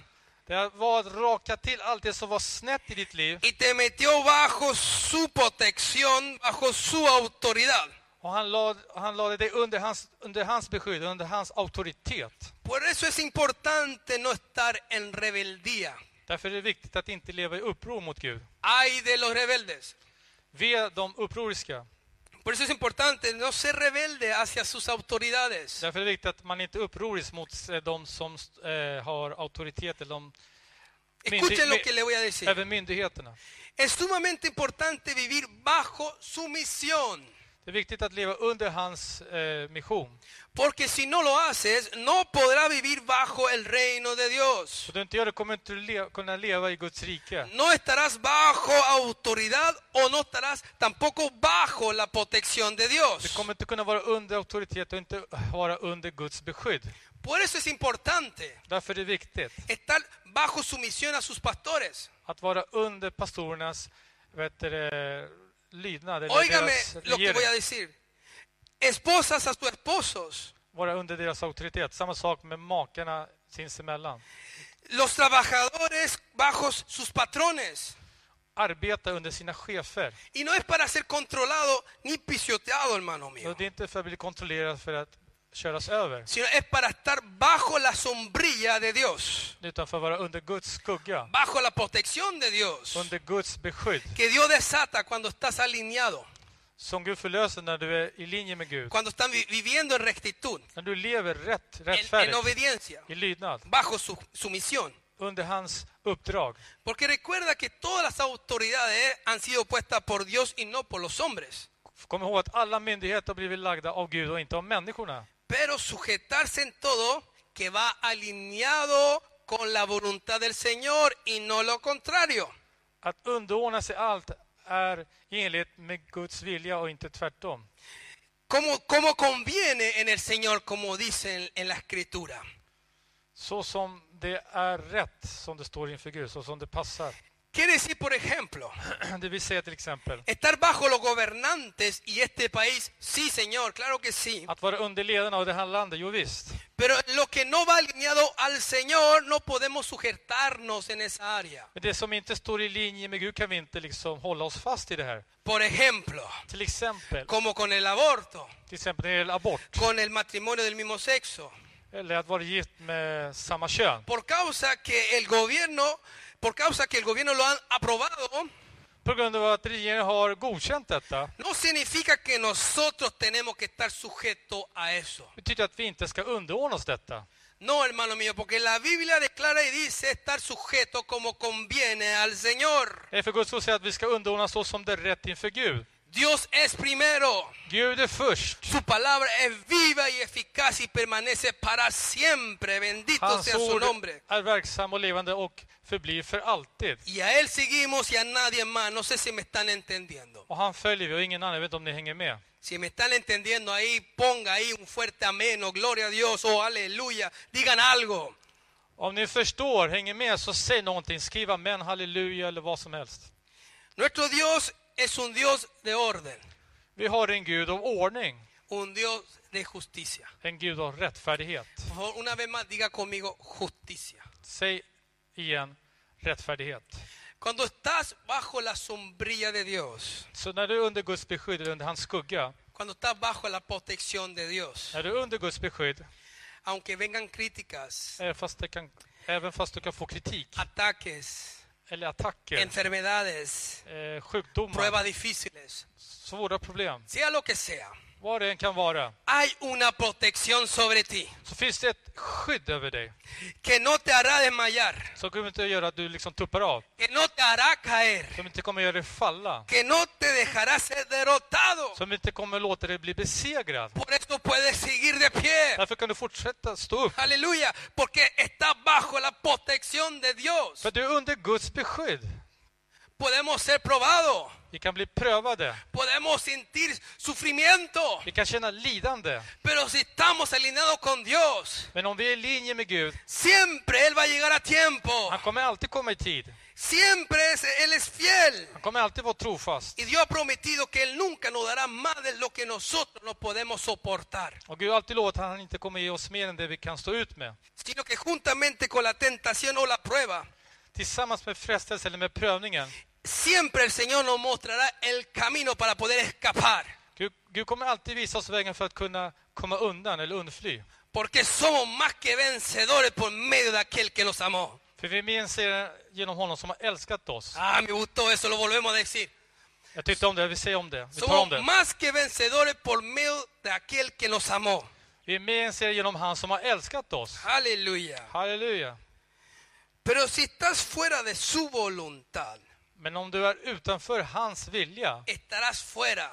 B: det var att raka till allt det som var snett i ditt liv,
A: y te metió bajo su protección, bajo su autoridad.
B: och han lade, han lade dig under hans, under hans beskydd, under hans auktoritet.
A: Por eso es importante no estar en rebeldía.
B: Därför är det viktigt att inte leva i uppror mot Gud.
A: Hay de los rebeldes.
B: Ve de upproriska.
A: Por eso es importante no ser rebelde hacia sus autoridades.
B: Därför är det viktigt att man inte är upprorisk mot eh, de som eh, har auktoritet, eller de,
A: Escuchen
B: Myndi-
A: lo que le voy a decir.
B: även myndigheterna.
A: Es sumamente importante vivir bajo sumisión,
B: Det är viktigt att leva under hans eh, mission.
A: porque si no lo haces, no podrá vivir bajo el reino de Dios.
B: Om du inte gör det kommer du inte le- kunna leva i Guds rike.
A: No estarás bajo autoridad o no estarás tampoco bajo la protección de
B: Du
A: Dios.
B: kommer inte kunna vara under auktoritet och inte vara under Guds beskydd.
A: Por eso es importante
B: Därför är det viktigt
A: estar bajo sumisión a sus pastores.
B: att vara under pastorernas vet du, det, lydnad, eller
A: Óigame
B: deras
A: lo que voy a
B: regering.
A: decir. Esposas a sus esposos,
B: Vara under deras auktoritet. Samma sak med makarna sinsemellan.
A: los trabajadores bajo sus patrones.
B: Arbeta under sina chefer.
A: Y no es para ser controlado ni pisoteado, hermano
B: Så
A: mío,
B: det är inte för att bli kontrollerad för att köras över,
A: sino es para estar bajo la sombrilla de Dios,
B: utan för att vara under Guds skugga,
A: bajo la protección de Dios,
B: under Guds beskydd.
A: que Dios desata cuando estás alineado,
B: Som Gud förlöser när du är i linje med Gud.
A: cuando estás vi- viviendo en rectitud,
B: När du lever rätt,
A: en, en
B: rättfärdigt,
A: obediencia,
B: i lydnad,
A: bajo su, su misión.
B: under hans uppdrag.
A: Porque recuerda que todas las autoridades han sido puestas por Dios y no por los hombres.
B: Kom ihåg att alla myndigheter har blivit lagda av Gud och inte av människorna.
A: Pero sujetarse en todo que va alineado con la voluntad del Señor y no lo contrario.
B: Att underordna sig allt är i enlighet med Guds vilja och inte tvärtom.
A: Como, como conviene en el Señor, como dicen en, la Escritura.
B: Så som det är rätt, som det står inför Gud, så som det passar.
A: Quiere decir, por ejemplo,
B: Det vill säga till exempel,
A: estar bajo los gobernantes y este país, sí, Señor, claro que sí.
B: att vara under ledarna av det här landet, jo visst.
A: Pero lo que no va alineado al Señor, no podemos sujetarnos en esa área.
B: Men det som inte står i linje med Gud kan vi inte liksom hålla oss fast i det här.
A: Por ejemplo,
B: Till exempel,
A: como con el aborto,
B: till exempel när det gäller abort,
A: con el matrimonio del mismo sexo.
B: eller att vara gift med samma kön.
A: Por causa que el gobierno, por causa que el gobierno lo han aprobado,
B: På grund av att regeringen har godkänt detta,
A: no significa que nosotros tenemos que estar sujetos a eso.
B: betyder att vi inte ska underordna oss detta.
A: No, hermano mío, porque la Biblia declara y dice estar sujeto como conviene al Señor.
B: Eh, För Guds skull säger att vi ska underordna oss som det är rätt inför Gud.
A: Dios es primero.
B: Gud är först.
A: Su palabra es viva y eficaz y permanece para siempre. Bendito
B: Hans
A: sea su
B: ord
A: nombre.
B: är verksam och levande och förblir för alltid.
A: Y a Él seguimos y a nadie más. No sé si me están entendiendo.
B: Och han följer vi och ingen annan, jag vet inte om ni hänger med.
A: Si me están entendiendo ahí, ponga ahí un fuerte amén o gloria a Dios o aleluya. Digan algo.
B: Om ni förstår, hänger med, så säg någonting. Skriv amen, halleluja eller vad som helst.
A: Nuestro Dios es un Dios de orden,
B: Vi har en Gud av ordning,
A: un Dios de justicia.
B: en Gud av rättfärdighet.
A: Por favor, una vez más, diga conmigo justicia.
B: Säg igen, rättfärdighet.
A: Cuando estás bajo la sombrilla de Dios,
B: Så när du är under Guds beskydd, eller under hans skugga,
A: cuando estás bajo la protección de Dios,
B: när du är under Guds beskydd,
A: aunque vengan críticas,
B: eh, fast det kan, även fast du kan få kritik
A: ataques,
B: eller attacker,
A: enfermedades,
B: eh, sjukdomar,
A: pruebas difíciles,
B: svåra problem,
A: sea lo que sea,
B: vad det än kan vara,
A: hay una protección sobre ti
B: så finns det ett skydd över dig
A: que no te hará desmayar,
B: som kommer inte att göra att du liksom tuppar av,
A: que no te hará caer,
B: som inte kommer att göra dig falla,
A: que no te dejará ser derrotado.
B: som inte kommer att låta dig bli besegrad.
A: Por esto puedes seguir de pie.
B: Därför kan du fortsätta stå upp,
A: Aleluya, porque estás bajo la protección de Dios.
B: för du är under Guds beskydd.
A: Podemos ser probados,
B: Vi kan bli prövade,
A: podemos sentir sufrimiento,
B: vi kan känna lidande,
A: pero si estamos alineados con Dios,
B: men om vi är i linje med Gud,
A: siempre Él va a llegar a tiempo.
B: han kommer alltid komma i tid.
A: Siempre es- Él es fiel.
B: Han kommer alltid vara trofast.
A: Y Dios ha prometido que Él nunca nos dará más de lo que nosotros no podemos soportar,
B: Och Gud har alltid lovat att han inte kommer ge oss mer än det vi kan stå ut med.
A: sino que juntamente con la tentación o la prueba,
B: Tillsammans med frestelsen eller med prövningen.
A: siempre el Señor nos mostrará el camino para poder escapar,
B: Gud, Gud kommer alltid visa oss vägen för att kunna komma undan eller undfly.
A: porque somos más que vencedores por medio de aquel que nos amó.
B: För vi minns er genom honom som har älskat oss.
A: Ah, me gustó eso, lo volvemos a decir.
B: Jag tyckte om det, vi säger om det. Vi tar
A: Somos
B: om det.
A: más que vencedores por medio de aquel que nos amó.
B: Vi minns er genom han som har älskat oss.
A: Aleluya.
B: Halleluja.
A: Pero si estás fuera de su voluntad,
B: Men om du är utanför hans vilja,
A: estarás fuera,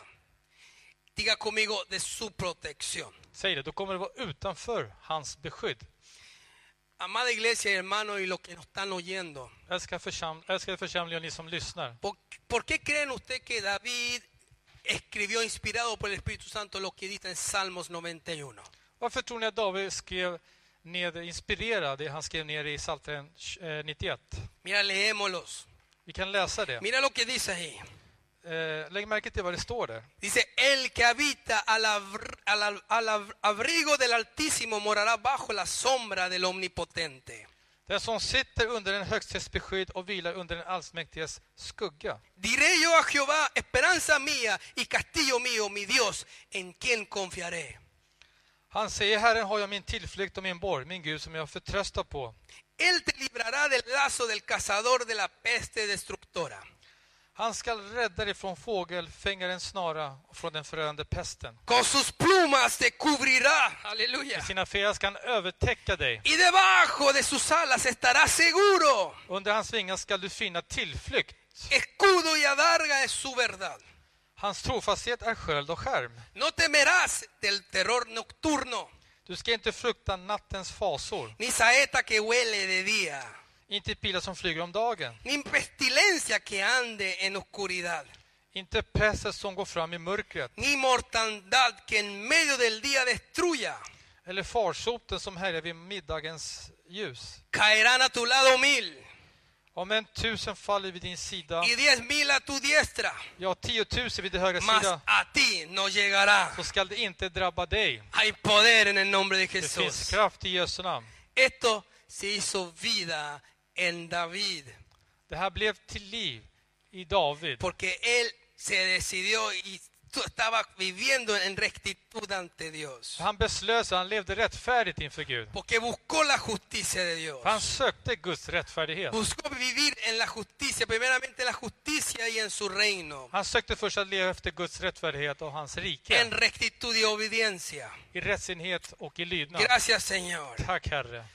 A: diga conmigo, de su protección.
B: säg det, då kommer du vara utanför hans beskydd.
A: Amada iglesia y hermano y los que nos están oyendo,
B: Älskade försam- älskade församling och ni som lyssnar.
A: ¿por, por qué creen usted que David escribió inspirado por el Espíritu Santo lo que dice en Salmos 91?
B: Varför tror ni att David skrev ned, inspirerad det han skrev ner i Psaltaren eh, 91?
A: Mira, leémoslos.
B: Vi kan läsa det.
A: Mira lo que dice ahí.
B: Eh, lägg märke till vad det står där.
A: Dice, el que habita al, abr- al ab- al ab- abrigo del Altísimo morará bajo la sombra del Omnipotente.
B: Den som sitter under den högstes beskydd och vilar under den allsmäktiges skugga.
A: Diré yo a Jehová, esperanza mía y castillo mío, mi Dios, en quien confiaré.
B: Han säger, Herren har jag min tillflykt och min borg, min Gud som jag förtröstar på.
A: Él te librará del lazo del cazador de la peste destructora.
B: Han skall rädda dig från fågelfängarens snara och från den förödande pesten.
A: Con sus plumas te cubrirá. Aleluya.
B: Med sina fjärilar ska han övertäcka dig.
A: Y debajo de sus alas estarás seguro.
B: Under hans vingar skall du finna tillflykt.
A: Escudo y adarga es su verdad.
B: Hans trofasthet är sköld och skärm.
A: No temerás del terror nocturno.
B: Du ska inte frukta nattens fasor,
A: ni saeta que huele de día,
B: inte pilar som flyger om dagen,
A: ni pestilencia que ande en oscuridad,
B: inte pestet som går fram i mörkret,
A: ni mortandad que en medio del día destruya.
B: eller farsoten som härjar vid middagens ljus.
A: Caerán a tu lado mil
B: Om en tusen faller vid din sida,
A: y diez mil a tu diestra,
B: ja, tiotusen vid din högra
A: mas
B: sida,
A: a ti no llegará.
B: så skall det inte drabba dig.
A: Hay poder en el nombre de
B: Det finns
A: Jesús.
B: kraft i Jesu namn.
A: Esto se hizo vida en David,
B: Det här blev till liv i David,
A: porque él se decidió y tú estabas viviendo en rectitud ante Dios,
B: för han beslöt sig, han levde rättfärdigt inför Gud. Ah.
A: porque buscó la justicia de Dios.
B: För han sökte Guds rättfärdighet.
A: Buscó vivir en la justicia, primeramente la justicia y en su reino,
B: Han sökte först att leva efter Guds rättfärdighet och hans
A: en
B: rike,
A: rectitud y obediencia.
B: i rättsenhet och i lydnad.
A: Gracias Señor.
B: Tack Herre.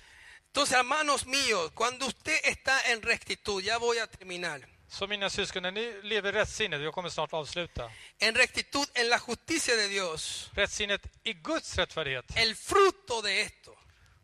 A: Entonces, hermanos míos, cuando usted está en rectitud, ya voy a terminar,
B: Så mina syskon, när ni lever rättsinnet, jag kommer snart avsluta,
A: en rectitud en la justicia de Dios,
B: rättsinnet i Guds rättfärdighet,
A: el fruto de esto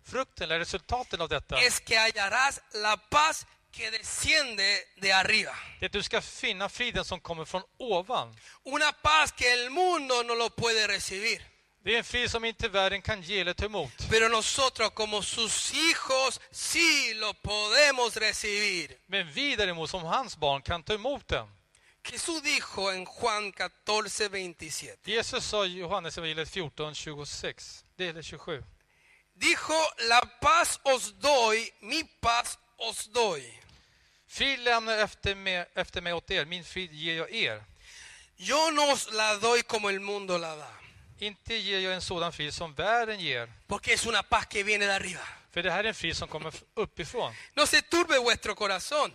B: frukten eller resultaten av detta,
A: es que hallarás la paz que desciende de arriba.
B: det är att du ska finna friden som kommer från ovan.
A: Una paz que el mundo no lo puede recibir.
B: Det är en frid som inte världen kan ge eller ta emot.
A: Pero nosotros como sus hijos sí lo podemos recibir.
B: Men vi däremot som hans barn kan ta emot den.
A: Jesús dijo en Juan 14, 27.
B: Jesus sa i Johannes evangeliet 14, 26, det är 27.
A: Dijo, la paz os doy, mi paz os doy.
B: Frid lämnar jag efter mig, efter mig åt er, min frid ger jag er.
A: Yo no os la doy como el mundo la da.
B: Inte ger jag en sådan frid som världen ger,
A: Porque es una paz que viene de arriba.
B: för det här är en frid som kommer f- uppifrån.
A: No se turbe vuestro corazón,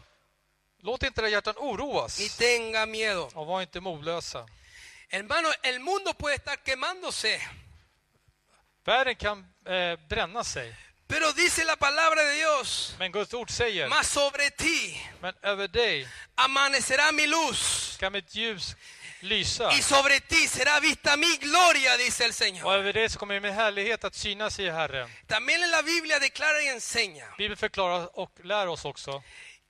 B: Låt inte era hjärtan
A: ni
B: oroas
A: tenga miedo.
B: och var inte modlösa.
A: Hermano, el mundo puede estar quemándose.
B: Världen kan eh, bränna sig,
A: Pero dice la palabra de Dios,
B: men Guds ord säger,
A: más sobre ti
B: men över dig
A: amanecerá mi luz.
B: ska mitt ljus lysa
A: Y sobre ti será vista mi gloria, dice el
B: och
A: Señor.
B: över dig så kommer min härlighet att synas i Herren.
A: También en la Biblia declara y enseña
B: Bibeln förklarar och lär oss också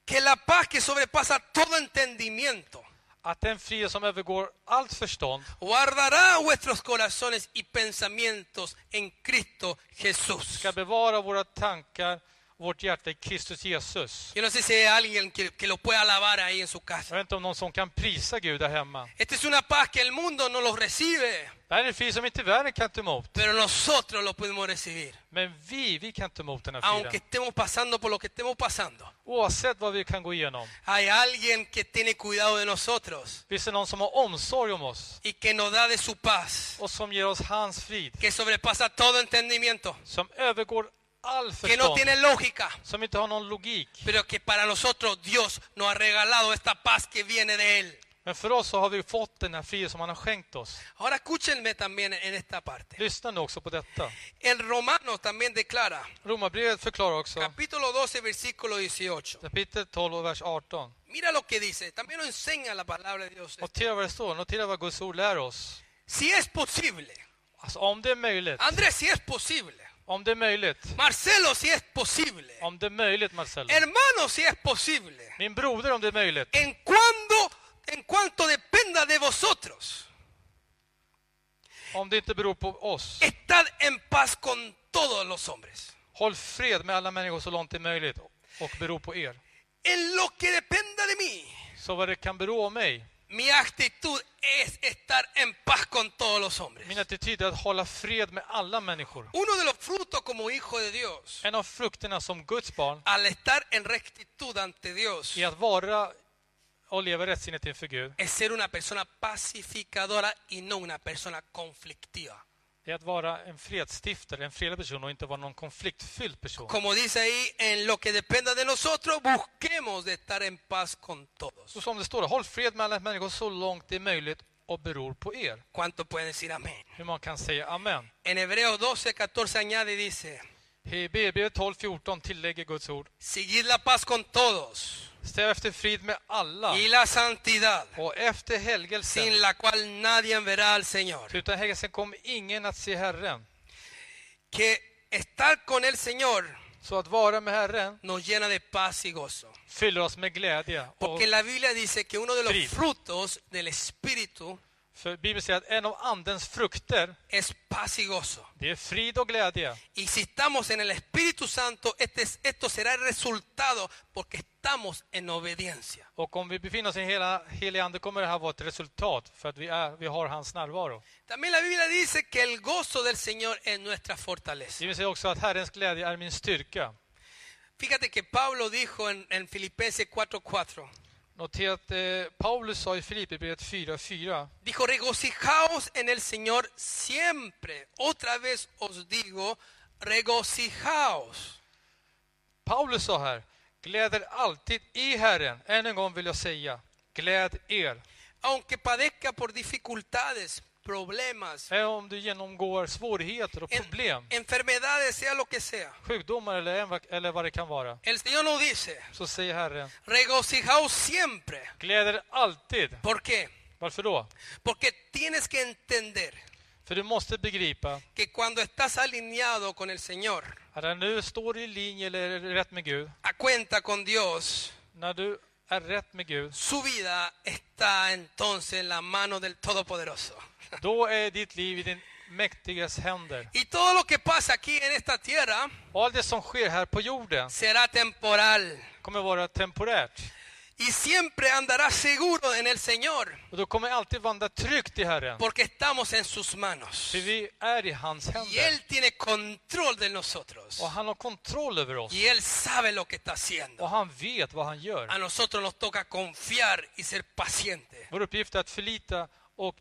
A: que la paz que sobrepasa todo entendimiento
B: att den frid som övergår allt förstånd
A: guardará vuestros corazones y pensamientos en Cristo Jesús.
B: ska bevara våra tankar och vårt hjärta i Kristus Jesus.
A: Yo no sé si hay alguien que, que lo pueda alabar ahí en su casa.
B: Jag vet inte om någon som kan prisa Gud där hemma.
A: Esta es una paz que el mundo no los recibe,
B: Det här är en frid som inte världen kan ta emot.
A: pero nosotros lo podemos recibir.
B: Men vi, vi kan ta emot den här
A: Aunque
B: friden.
A: estemos pasando por lo que estemos pasando.
B: Oavsett vad vi kan gå igenom.
A: Hay alguien que tiene cuidado de nosotros
B: Finns det någon som har omsorg om oss
A: y que nos da de su paz,
B: och som ger oss hans frid.
A: que sobrepasa todo entendimiento,
B: Som övergår all
A: que no
B: förstånd.
A: tiene lógica,
B: Som inte har någon logik.
A: pero que para nosotros Dios nos ha regalado esta paz que viene de Él.
B: Men för oss så har vi fått den här friden som han har skänkt oss.
A: Ahora escúchenme también en esta parte.
B: Lyssna nu också på detta.
A: El romano también declara,
B: Romarbrevet förklarar också
A: capítulo 12, versículo 18.
B: kapitel 12 och vers 18.
A: Mira lo que dice, también nos enseña la palabra de Dios.
B: Notera vad det står, notera vad Guds ord lär oss.
A: Si es posible,
B: Alltså om det är möjligt,
A: Andrés, si es posible,
B: om det är möjligt,
A: Marcelo, si es posible,
B: om det är möjligt Marcelo.
A: hermano, si es posible,
B: Min broder om det är möjligt.
A: en cuando, en cuanto dependa de vosotros,
B: Om det inte beror på oss.
A: estad en paz con todos los hombres.
B: Håll fred med alla människor så långt det är möjligt och beror på er.
A: En lo que dependa de mí,
B: Så vad det kan bero av mig,
A: mi actitud es estar en paz con todos los
B: min
A: hombres.
B: attityd är att hålla fred med alla människor.
A: Uno de los frutos como hijo de Dios,
B: En av frukterna som Guds barn
A: al estar en rectitud ante Dios,
B: är att vara och leva rättsinnigt inför Gud.
A: es ser una persona pacificadora y no una persona conflictiva.
B: Det är att vara en fredsstiftare, en fredlig person och inte vara någon konfliktfylld person.
A: Como dice ahí, en lo que dependa de nosotros, busquemos de estar en paz con todos.
B: Så som det står, håll fred med alla människor så långt det är möjligt och beror på er.
A: ¿Cuánto pueden decir amén?
B: Hur man kan säga amen.
A: En Hebreos 12, 14 añade y dice,
B: Hebreerbrevet 12, 14 tillägger Guds ord.
A: seguid la paz con todos
B: Sträva efter frid med alla
A: y la santidad,
B: och efter helgelsen.
A: sin la cual nadie verá al Señor.
B: Utan helgelsen kommer ingen att se Herren.
A: Que estar con el Señor
B: Så att vara med Herren
A: nos llena de paz y gozo.
B: fyller oss med glädje. Och
A: Porque la Biblia dice que uno de los
B: Frid.
A: frutos del Espíritu
B: för Bibeln säger att en av Andens frukter,
A: es paz y gozo.
B: det är frid och glädje.
A: Y si estamos en el Espíritu Santo, este es- esto será el resultado porque estamos en obediencia.
B: Och om vi befinner oss i hela heliga Ande kommer det här vara ett resultat för att vi, är, vi har hans närvaro.
A: También la Biblia dice que el gozo del Señor es nuestra fortaleza.
B: Bibeln säger också att Herrens glädje är min styrka.
A: Fíjate que Pablo dijo en, en Filipenses 4:4,
B: Notera att eh, Paulus sa i Filipperbrevet 4.4
A: dijo, regocijaos en el Señor siempre. Otra vez os digo, regocijaos.
B: Paulus sa här, Gläd er alltid i Herren. Än en gång vill jag säga, gläd er.
A: Aunque padezca por dificultades, problemas,
B: Även om du genomgår svårigheter och
A: en-
B: problem,
A: enfermedades, sea lo que sea.
B: sjukdomar eller, en- eller vad det kan vara,
A: El Señor nos dice,
B: så säger Herren,
A: regocijaos siempre.
B: gläd er alltid.
A: ¿Por qué?
B: Varför då?
A: Porque tienes que entender
B: För du måste begripa
A: que cuando estás alineado con el Señor,
B: att när du står i linje eller är rätt med Gud,
A: a cuenta con Dios,
B: när du är rätt med Gud,
A: su vida está entonces en la mano del Todopoderoso.
B: då är ditt liv i din mäktiges händer.
A: Y todo lo que pasa aquí en esta tierra
B: Och allt det som sker här på jorden
A: será temporal.
B: kommer vara temporärt.
A: Y siempre andarás seguro en el Señor,
B: Och du kommer alltid vandra tryggt i Herren,
A: porque estamos en sus manos.
B: för vi är i hans
A: Y
B: händer.
A: Él tiene control de nosotros.
B: Och han har kontroll över oss.
A: Y Él sabe lo que está haciendo.
B: Och han vet vad han
A: A
B: gör.
A: nosotros nos toca confiar y ser pacientes.
B: Vår uppgift är att förlita och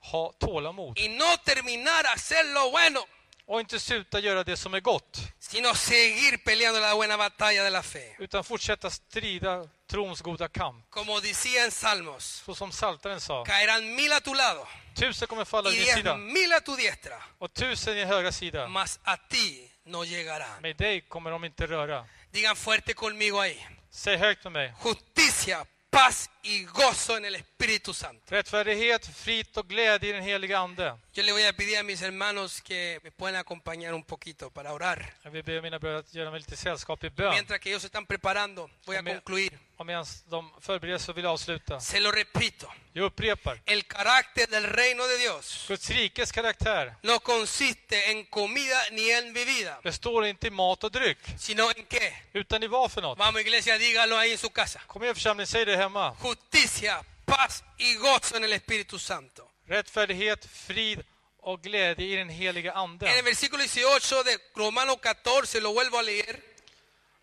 B: ha tålamod.
A: Y no terminar a hacer lo bueno,
B: Och inte sluta göra det som är gott,
A: sino seguir peleando la buena batalla de la fe.
B: utan fortsätta strida trons goda kamp.
A: Como decía en Salmos,
B: Så som Saltaren sa,
A: caerán mil a tu lado
B: tusen kommer falla
A: y
B: vid din
A: diez
B: sida
A: mil a tu diestra,
B: och tusen i din högra sida.
A: mas a ti no llegarán.
B: Med dig kommer de inte röra.
A: Digan fuerte conmigo ahí.
B: Säg högt med mig.
A: Justicia, paz y gozo en el Espíritu Santo.
B: Rättfärdighet, frit och glädje i den heliga Ande.
A: Yo le voy a pedir a mis hermanos que me puedan acompañar un poquito para orar.
B: Jag vill be mina bröder att göra mig lite sällskap i bön.
A: Mientras que ellos se están preparando, voy a
B: Amén.
A: concluir.
B: Och medan de förbereder så vill jag avsluta.
A: Se lo repito.
B: Jag upprepar.
A: El carácter del reino de Dios
B: Guds rikes karaktär
A: no consiste en comida ni en bebida,
B: består inte i mat och dryck,
A: sino en qué.
B: utan i vad för något?
A: Vamos iglesia, dígalo ahí en su casa.
B: Kom igen församling, säg det hemma.
A: Justicia, paz y gozo en el Espíritu Santo.
B: Rättfärdighet, frid och glädje i den heliga
A: En el
B: Anden.
A: versículo 18 de Romano 14, lo vuelvo a leer.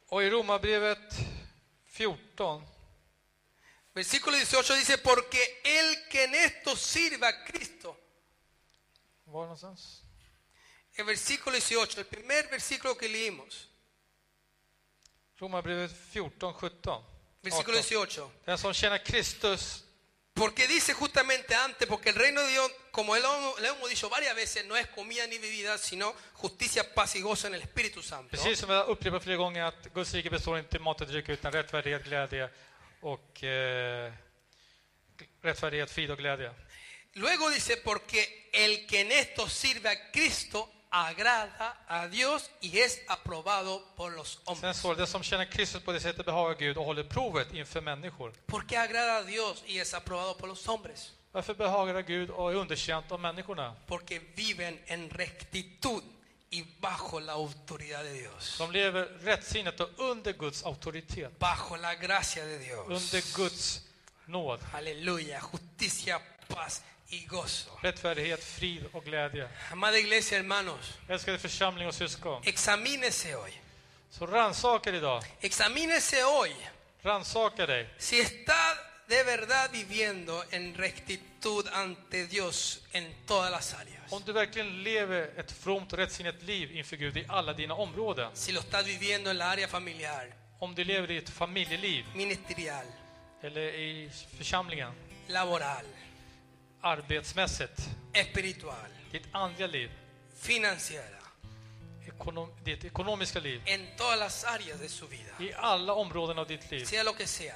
B: Och i Romarbrevet 14
A: Versículo 18 dice, porque el que en esto sirva a Cristo.
B: Var någonstans?
A: El versículo 18, el primer versículo que leímos.
B: Romarbrevet 14, 17.
A: Versículo
B: 18.
A: 18.
B: Den som tjänar Kristus,
A: Porque dice justamente antes, porque el reino de Dios, como lo, lo hemos dicho varias veces, no es comida ni bebida, sino justicia, paz y gozo en el Espíritu Santo.
B: precis som jag upprepar flera gånger, att Guds rike består inte i mat och dryck utan rättfärdighet, glädje och eh, rättfärdighet, frid och glädje.
A: Luego dice, porque el que en esto sirve a Cristo agrada a Dios y es aprobado por los
B: Sen
A: hombres.
B: står det, den som känner Kristus på det sättet behagar Gud och håller provet inför människor.
A: ¿Por qué agrada a Dios y es aprobado por los hombres?
B: Varför behagar Gud och är underkänt av människorna?
A: Porque viven en rectitud y bajo la autoridad de Dios,
B: De lever rättsinnigt och under Guds auktoritet,
A: bajo la gracia de Dios.
B: under Guds nåd.
A: Aleluya, justicia, paz y gozo.
B: Rättfärdighet, frid och glädje.
A: Amada iglesia, hermanos,
B: Älskade församling och syskon,
A: examínese hoy.
B: så rannsaka dig idag.
A: Examínese hoy
B: Rannsaka dig.
A: si está de verdad viviendo en rectitud ante Dios en todas las áreas.
B: Om du verkligen lever ett fromt och rättsinnigt liv inför Gud i alla dina områden.
A: Si lo estás viviendo en la área familiar,
B: Om du lever i ett familjeliv
A: ministerial,
B: eller i församlingen,
A: laboral,
B: arbetsmässigt,
A: espiritual,
B: ditt andliga liv,
A: financiera,
B: ekonom, ditt ekonomiska liv,
A: en todas las áreas de su vida,
B: i alla områden av ditt liv,
A: sea lo que sea.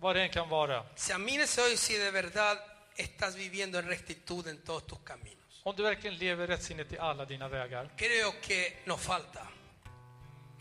B: vad det än kan vara.
A: Examínese hoy si de verdad estás viviendo en rectitud en todos tus caminos.
B: Om du verkligen lever rättsinnigt i alla dina vägar.
A: Creo que nos falta.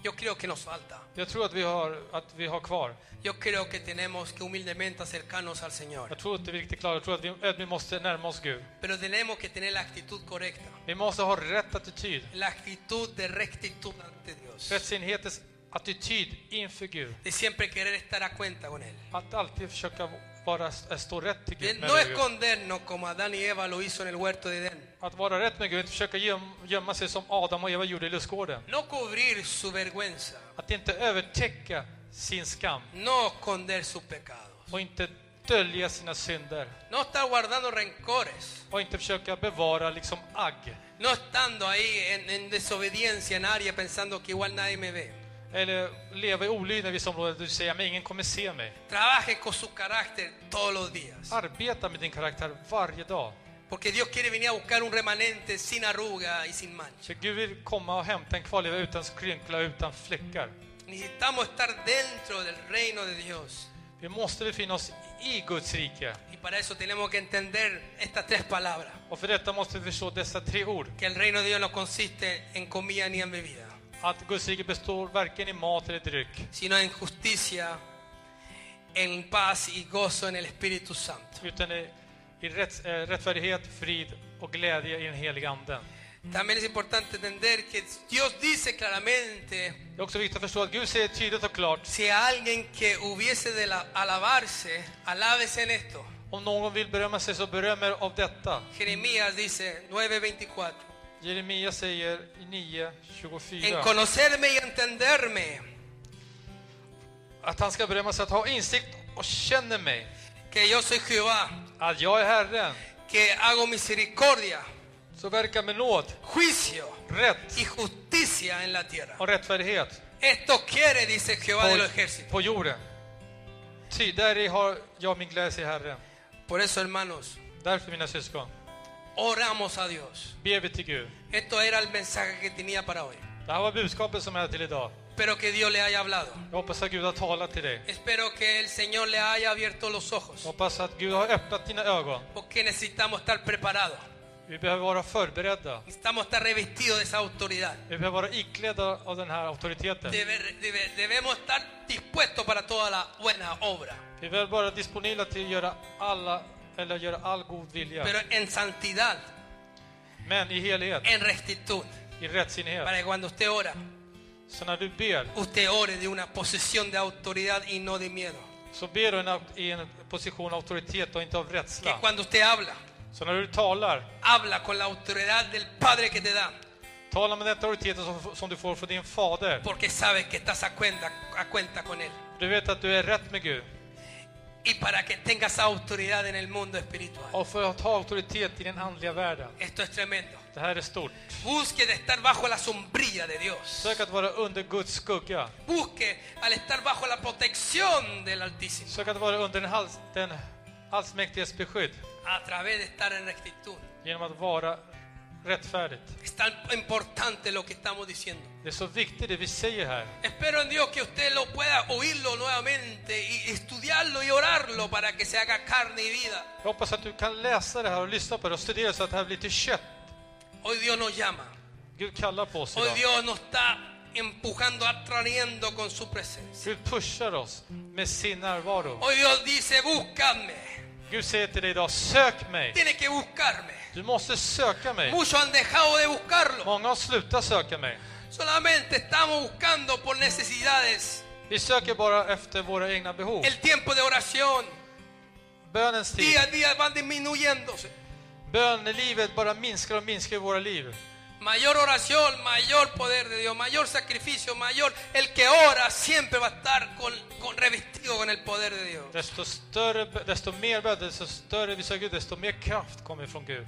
A: Yo creo que nos falta.
B: Jag tror att vi har, att vi har kvar.
A: Yo creo que tenemos que humildemente acercarnos al Señor.
B: Jag tror inte vi är riktigt klara. Jag tror att vi ödmjukt måste närma oss Gud.
A: Pero tenemos que tener la actitud correcta.
B: Vi måste ha rätt attityd.
A: La actitud de rectitud ante Dios.
B: Rättsinnighetens attityd inför Gud.
A: De siempre querer estar a cuenta con Él.
B: Att alltid försöka vara, stå rätt till
A: De
B: Gud. Med
A: no
B: Gud.
A: escondernos como Adán y Eva lo hizo en el huerto de Edén.
B: Att vara rätt med Gud, inte försöka göm, gömma sig som Adam och Eva gjorde i lustgården.
A: No cubrir su vergüenza.
B: Att inte övertäcka sin skam
A: No esconder sus pecados.
B: och inte dölja sina synder.
A: No estar guardando rencores.
B: Och inte försöka bevara liksom agg.
A: No estando ahí en, en desobediencia en área pensando que igual nadie me ve.
B: eller leva i olydnad i vissa områden. Du säger, men ingen kommer se mig.
A: Trabaje con su carácter todos los días.
B: Arbeta med din karaktär varje dag.
A: Porque Dios quiere venir a buscar un remanente sin arruga y sin mancha.
B: För Gud vill komma och hämta en kvarleva utan skrynkla, utan fläckar.
A: Necesitamos estar dentro del reino de Dios.
B: Vi måste befinna oss i Guds rike.
A: Y para eso tenemos que entender estas tres palabras.
B: Och för detta måste vi förstå dessa tre ord.
A: Que el reino de Dios no consiste en comida ni en bebida,
B: Att Guds rike består varken i mat eller dryck,
A: sino en justicia, en paz y gozo en el Espíritu Santo.
B: utan i, i rätts, eh, rättfärdighet, frid och glädje i den heliga Anden.
A: También es importante entender que Dios dice claramente,
B: Det är också viktigt att förstå att Gud säger tydligt och klart,
A: si a alguien que hubiese de la- alabarse, alábese en esto.
B: om någon vill berömma sig så berömmer av detta.
A: Jeremías dice 9:24.
B: Jeremia säger i
A: En
B: 9.24
A: conocerme y entenderme,
B: att han ska berömma sig att ha insikt och känner mig,
A: que yo soy Jehová,
B: att jag är Herren,
A: que hago misericordia,
B: så verkar med nåd,
A: juicio
B: rätt
A: y justicia en la tierra.
B: och rättfärdighet
A: Esto quiere, dice Jehová de
B: på,
A: los ejércitos.
B: på jorden. Ty däri har jag min glädje i Herren.
A: Por eso, hermanos,
B: Därför mina syskon,
A: oramos a Dios.
B: ber vi till Gud.
A: Esto era el mensaje que tenía para hoy.
B: Det här var budskapet som jag hade till idag.
A: Espero que Dios le haya hablado.
B: Jag hoppas att Gud har talat till dig.
A: Espero que el Señor le haya abierto los
B: Jag
A: ojos.
B: hoppas att Gud har öppnat dina ögon.
A: Porque necesitamos estar preparados.
B: Vi behöver vara förberedda.
A: Necesitamos estar revestidos de esa autoridad.
B: Vi behöver vara iklädda av den här auktoriteten.
A: Debe- debe- debemos estar dispuestos para toda la buena obra.
B: Vi behöver vara disponibla till att göra alla, eller göra all god vilja.
A: Pero en santidad,
B: Men i helhet,
A: en rectitud.
B: i rättsinnighet.
A: Para que cuando usted ora,
B: Så när du ber,
A: usted ore de una posición de autoridad y no de miedo.
B: så ber du en au- i en position av auktoritet och inte av
A: Que
B: rädsla.
A: cuando usted habla,
B: Så när du talar,
A: habla con la autoridad del Padre que te da,
B: tala med den auktoriteten som, som du får från din fader.
A: porque sabes que estás a cuenta, a cuenta con Él.
B: Du vet att du är rätt med Gud.
A: Y para que tengas autoridad en el mundo espiritual.
B: Och för att ha auktoritet i den andliga världen.
A: Esto es tremendo.
B: Det här är stort.
A: Busque de estar bajo la sombrilla de Dios.
B: Sök att vara under Guds skugga.
A: Busque al estar bajo la protección del Altísimo
B: Sök att vara under den, hals, den allsmäktiges beskydd
A: a través de estar en rectitud.
B: genom att vara rättfärdigt.
A: Es tan importante lo que estamos diciendo.
B: Det är så viktigt det vi säger här.
A: Espero en Dios que usted lo pueda oírlo nuevamente y estudiarlo y orarlo para que se haga carne y vida.
B: Jag hoppas att du kan läsa det här och lyssna på det och studera så att det här blir till kött.
A: Hoy Dios nos llama.
B: Gud kallar på oss
A: Hoy
B: idag.
A: Dios nos está empujando, atrayendo con su presencia.
B: Gud pushar oss med sin närvaro.
A: Hoy Dios dice, búscame.
B: Gud säger till dig idag, sök mig.
A: Tiene que buscarme.
B: Du måste söka mig.
A: Muchos han dejado de buscarlo.
B: Många har slutat söka mig.
A: Solamente estamos buscando por necesidades.
B: Vi söker bara efter våra egna behov.
A: El tiempo de oración
B: Bönens tid.
A: día a día va disminuyéndose.
B: Bönelivet bara minskar och minskar i våra liv.
A: Mayor oración, mayor poder de Dios, mayor sacrificio, mayor. El que ora siempre va a estar con, con- revestido con el poder de Dios.
B: Desto, större, desto mer bön, desto större vi söker Gud, desto mer kraft kommer från Gud.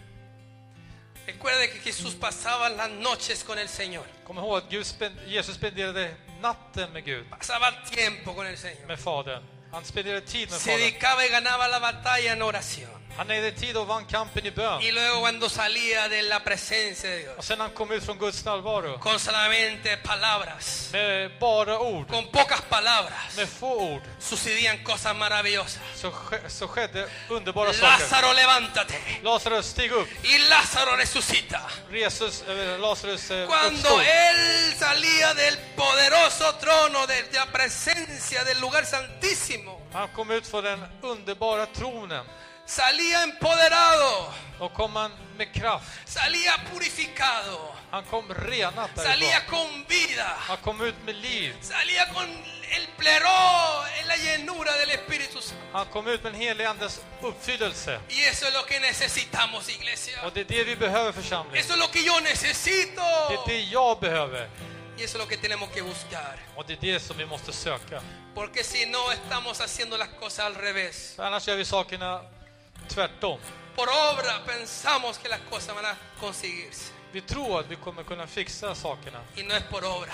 A: Recuerde que Jesús pasaba las noches con el Señor.
B: Kom ihåg att Gud spen, Jesus spenderade natten med Gud,
A: Pasaba el tiempo con el Señor.
B: med Fadern. Han spenderade tid med
A: Se
B: Fadern.
A: dedicaba y ganaba la batalla en oración.
B: Han ägde tid och vann kampen i bön.
A: Y luego cuando salía de la presencia de
B: Och
A: Dios,
B: sen när han kom ut från Guds närvaro,
A: con solamente palabras,
B: med bara ord,
A: con pocas palabras,
B: med få ord,
A: sucedían cosas maravillosas.
B: så, ske, så skedde underbara saker.
A: Lázaro, levántate.
B: Lazarus, stig upp!
A: Y Lázaro resucita.
B: Resus, äh, Lazarus äh,
A: Cuando
B: uppstod.
A: él salía del poderoso trono, de la presencia del lugar santísimo,
B: Han kom ut från den underbara tronen.
A: salía empoderado,
B: Då kom han med kraft.
A: salía purificado,
B: Han kom renat därifrån.
A: salía con vida,
B: Han kom ut med liv.
A: salía con el pleró, en la llenura del Espíritu Santo.
B: Han kom ut med den helige Andes uppfyllelse.
A: Y eso es lo que necesitamos, iglesia.
B: Och det är det vi behöver församling.
A: Eso es lo que yo necesito.
B: Det är det jag behöver.
A: Y eso es lo que tenemos que buscar.
B: Och det är det som vi måste söka.
A: Porque si no, estamos haciendo las cosas al revés.
B: För annars gör vi sakerna tvärtom.
A: Por obra pensamos que las cosas van a conseguirse.
B: Vi tror att vi kommer kunna fixa sakerna.
A: Y no es por obra,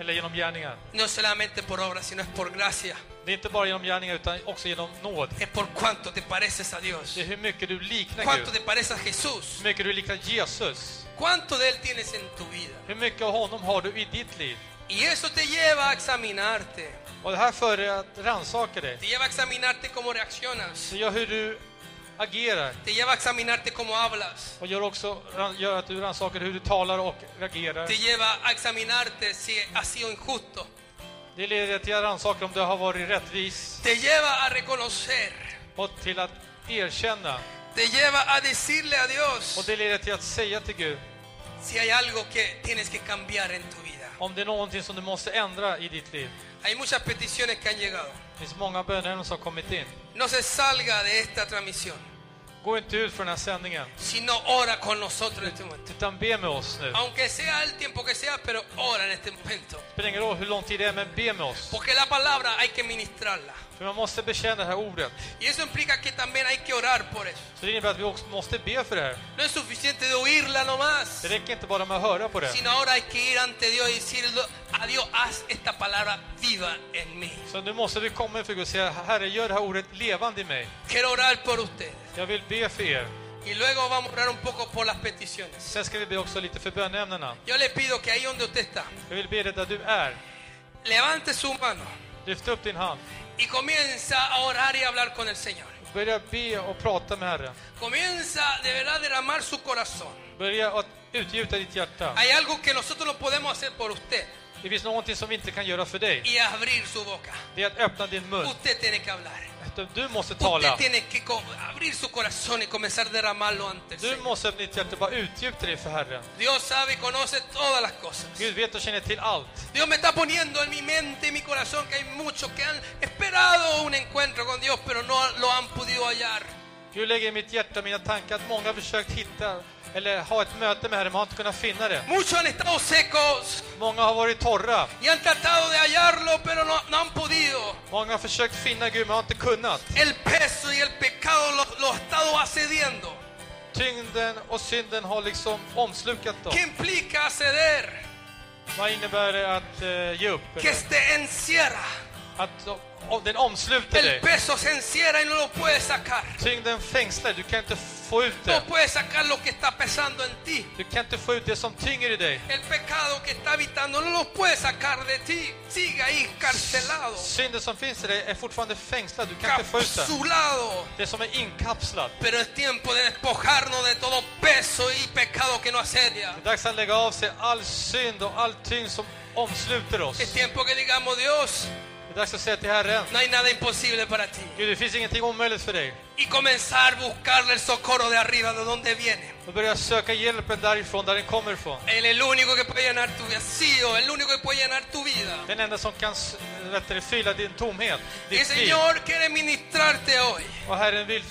B: eller genom gärningar.
A: No es solamente por obra, sino es por gracia.
B: Det är inte bara genom gärningar utan också genom nåd.
A: Es por cuánto te pareces a Dios.
B: Det är hur mycket du liknar
A: Cuánto
B: Gud,
A: te pareces a Jesús.
B: hur mycket du liknar Jesus.
A: Cuánto de Él tienes en tu vida.
B: Hur mycket av honom har du i ditt liv?
A: Y eso te lleva a examinarte.
B: Och det här för dig att rannsaka dig.
A: Te lleva a examinarte cómo reaccionas.
B: Det gör hur du agerar
A: Te lleva a examinarte cómo hablas.
B: och gör också ran- gör att du rannsakar hur du talar och reagerar.
A: Te lleva a examinarte si has sido injusto.
B: Det leder till att rannsaka om du har varit rättvis
A: Te lleva a reconocer.
B: och till att erkänna.
A: Te lleva a decirle a
B: Och
A: Dios
B: det leder till att säga till Gud
A: si hay algo que tienes que cambiar en tu vida.
B: om det är någonting som du måste ändra i ditt liv.
A: Hay muchas peticiones que han llegado.
B: Det finns många böner som har kommit in.
A: No se salga de esta transmisión,
B: Gå inte ut från den här sändningen,
A: sino ora con nosotros en este momento.
B: utan be med oss nu.
A: Aunque sea el tiempo que sea, pero ora en este momento.
B: Det spelar ingen roll hur lång tid det är, men be med oss.
A: Porque la palabra hay que ministrarla.
B: För man måste bekänna det här ordet.
A: Y eso implica que también hay que orar por eso.
B: Så det innebär att vi också måste be för det här.
A: No es suficiente de oírla nomás,
B: Det räcker inte bara med att höra på det.
A: sino ahora hay que ir ante Dios y decirle a Dios, haz esta palabra viva en mí.
B: Så nu måste vi komma inför Gud och säga, Herre, gör det här ordet levande i mig.
A: Quiero orar por ustedes.
B: Jag vill be för er.
A: Y luego vamos a orar un poco por las peticiones.
B: Sen ska vi be också lite för böneämnena.
A: Yo le pido que ahí donde usted está,
B: Jag vill be dig där du är.
A: levante su mano
B: Lyft upp din hand.
A: y comienza a orar y a hablar con el Señor.
B: Börja be och prata med Herren.
A: Comienza de verdad a derramar su corazón.
B: Börja att utgjuta ditt hjärta.
A: Hay algo que nosotros no podemos hacer por usted
B: Det finns någonting som vi inte kan göra för dig.
A: y abrir su boca.
B: Det är att öppna din mun.
A: Usted tiene que hablar.
B: Utan Du måste
A: Usted
B: tala.
A: tiene que co- abrir su corazón y comenzar a derramarlo ante el
B: Du
A: Señor.
B: måste öppna ditt hjärta och bara utgjuta dig för Herren.
A: Dios sabe y conoce todas las cosas.
B: Gud vet och känner till allt.
A: Dios me está poniendo en mi mente y mi corazón que hay muchos que han esperado un encuentro con Dios, pero no lo han podido hallar.
B: Gud lägger i mitt hjärta och mina tankar att många har försökt hitta eller ha ett möte med Herren men har inte kunnat finna det.
A: Muchos han estado secos
B: Många har varit torra.
A: y han tratado de hallarlo, pero no, no han podido.
B: Många har försökt finna Gud men har inte kunnat.
A: El peso y el pecado lo, lo ha estado asediando.
B: Tyngden och synden har liksom omslukat dem.
A: ¿Qué implica acceder?
B: Vad innebär det att eh, ge upp?
A: Que
B: Eller?
A: te encierra.
B: Att oh, den omsluter
A: El
B: dig.
A: peso se encierra y no lo puedes sacar.
B: Tyngden fängslar dig. Du kan inte få ut
A: No
B: det.
A: puedes sacar lo que está pesando en ti.
B: Du kan inte få ut det som tynger i dig.
A: El pecado que está habitando no lo puedes sacar de ti. Sigue ahí encarcelado,
B: Synden som finns i dig är fortfarande fängslad. Du kan inte få ut det.
A: capsulado.
B: Det som är inkapslat.
A: Pero es tiempo de despojarnos de todo peso y pecado que nos asedia.
B: Det är dags att lägga av sig all synd och all tyngd som omsluter oss.
A: Es tiempo que digamos, Dios,
B: Det är dags att säga till Herren.
A: no hay nada imposible para ti.
B: Gud, det finns ingenting omöjligt för dig.
A: Y comenzar a buscarle el socorro de arriba, de donde viene.
B: Och börja söka hjälpen därifrån, där den kommer ifrån.
A: Él es el único que puede llenar tu vacío, el único que puede llenar tu vida.
B: Den enda som kan s- vet du, fylla din tomhet,
A: Y el
B: ditt liv.
A: Señor quiere ministrarte hoy.
B: Och Herren vill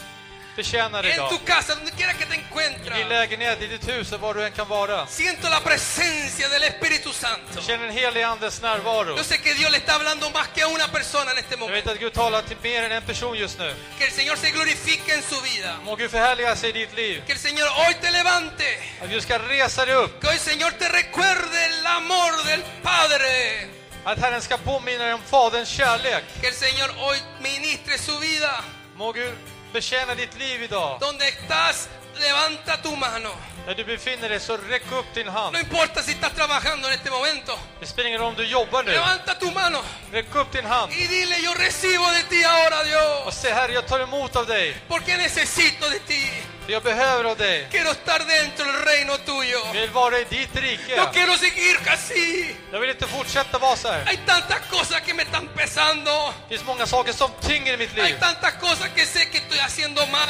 B: betjäna dig
A: En
B: idag.
A: tu casa, donde quiera que te
B: I din
A: encuentres.
B: lägenhet, i ditt hus, och var du än kan vara.
A: Siento la presencia del Espíritu Santo.
B: Känn den helige Andes närvaro.
A: Yo sé que Dios le está hablando más que a una persona en este
B: Jag
A: momento.
B: vet att Gud talar till mer än en person just nu.
A: Que el Señor se glorifique en su vida.
B: Må Gud förhärliga sig i ditt liv.
A: Que el Señor hoy te levante.
B: Att Gud ska resa dig upp.
A: Que hoy el Señor te recuerde el amor del Padre.
B: Att Herren ska påminna dig om Faderns kärlek.
A: Que el Señor hoy ministre su vida.
B: Må Gud betjäna ditt liv idag.
A: Donde estás, levanta tu mano.
B: Där du befinner dig, så räck upp din hand.
A: No importa si estás trabajando en este momento.
B: Det spelar ingen roll om du jobbar nu.
A: Levanta tu mano
B: Räck upp din hand
A: y dile, yo recibo de ti ahora,
B: och
A: Dios.
B: säg Herre, jag tar emot av dig.
A: Porque necesito de ti.
B: För jag behöver av dig.
A: Quiero estar dentro del reino tuyo.
B: Jag vill vara i ditt
A: No
B: rike.
A: quiero seguir así.
B: Jag vill inte fortsätta vara så här.
A: Hay tantas cosas que me están pesando.
B: Det finns många saker som tynger i mitt
A: Hay
B: liv.
A: tantas cosas que sé que estoy haciendo mal.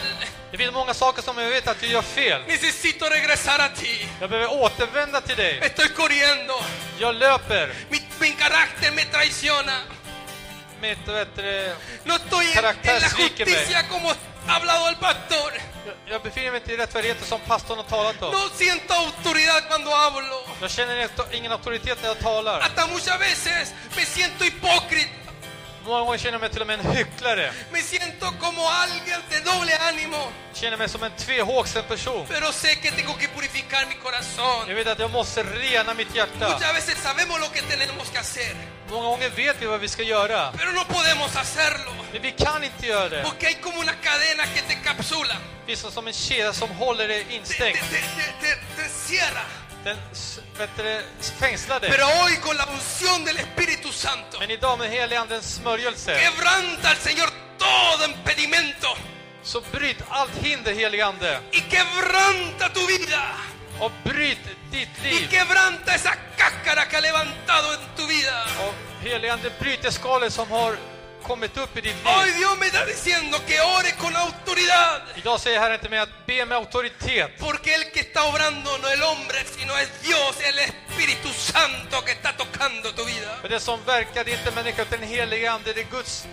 B: Det finns många saker som jag vet att jag gör fel.
A: Necesito regresar a ti.
B: Jag behöver återvända till dig.
A: Estoy corriendo.
B: Jag löper.
A: Mi, mi carácter me traiciona.
B: Mitt, vet du,
A: No estoy en,
B: Carácter,
A: en la
B: sí que me-
A: justicia como ha hablado el pastor.
B: jag, jag befinner mig inte i rättfärdigheten som pastorn har talat om.
A: No siento autoridad cuando hablo.
B: Jag känner inte- ingen auktoritet när jag talar.
A: Hasta muchas veces me siento hipócrita.
B: Många gånger känner jag mig till och med en hycklare.
A: Me siento siento como alguien de doble ánimo,
B: känner mig som en tvehågsen person.
A: pero sé que tengo que purificar mi corazón.
B: Jag vet att jag måste rena mitt hjärta.
A: Muchas veces sabemos lo que tenemos que hacer,
B: Många gånger vet vi vad vi ska göra,
A: pero no podemos hacerlo,
B: men vi kan inte göra det.
A: porque hay como una cadena que te encapsula,
B: Vi är som en kedja som håller dig
A: te, te,
B: instängt.
A: te- te- te- te cierra.
B: Den s- vet du det, fängslar dig.
A: Pero hoy con la unción del Espíritu Santo,
B: Men idag med helig andens smörjelse
A: quebranta al Señor todo impedimento
B: så bryt allt hinder helig ande
A: y quebranta tu vida
B: och bryt ditt
A: y
B: liv.
A: quebranta esa cáscara que ha levantado en tu vida.
B: Och helig ande bryter skalet som har kommit upp i ditt
A: Hoy
B: liv.
A: Dios me está diciendo que ore con autoridad.
B: Idag säger Herren till mig att be med auktoritet.
A: Porque el que está obrando no el hombre, sino es Dios, el Espíritu Santo que está tocando tu vida.
B: För det som verkar det är inte människa utan den helige ande. Det är, Guds,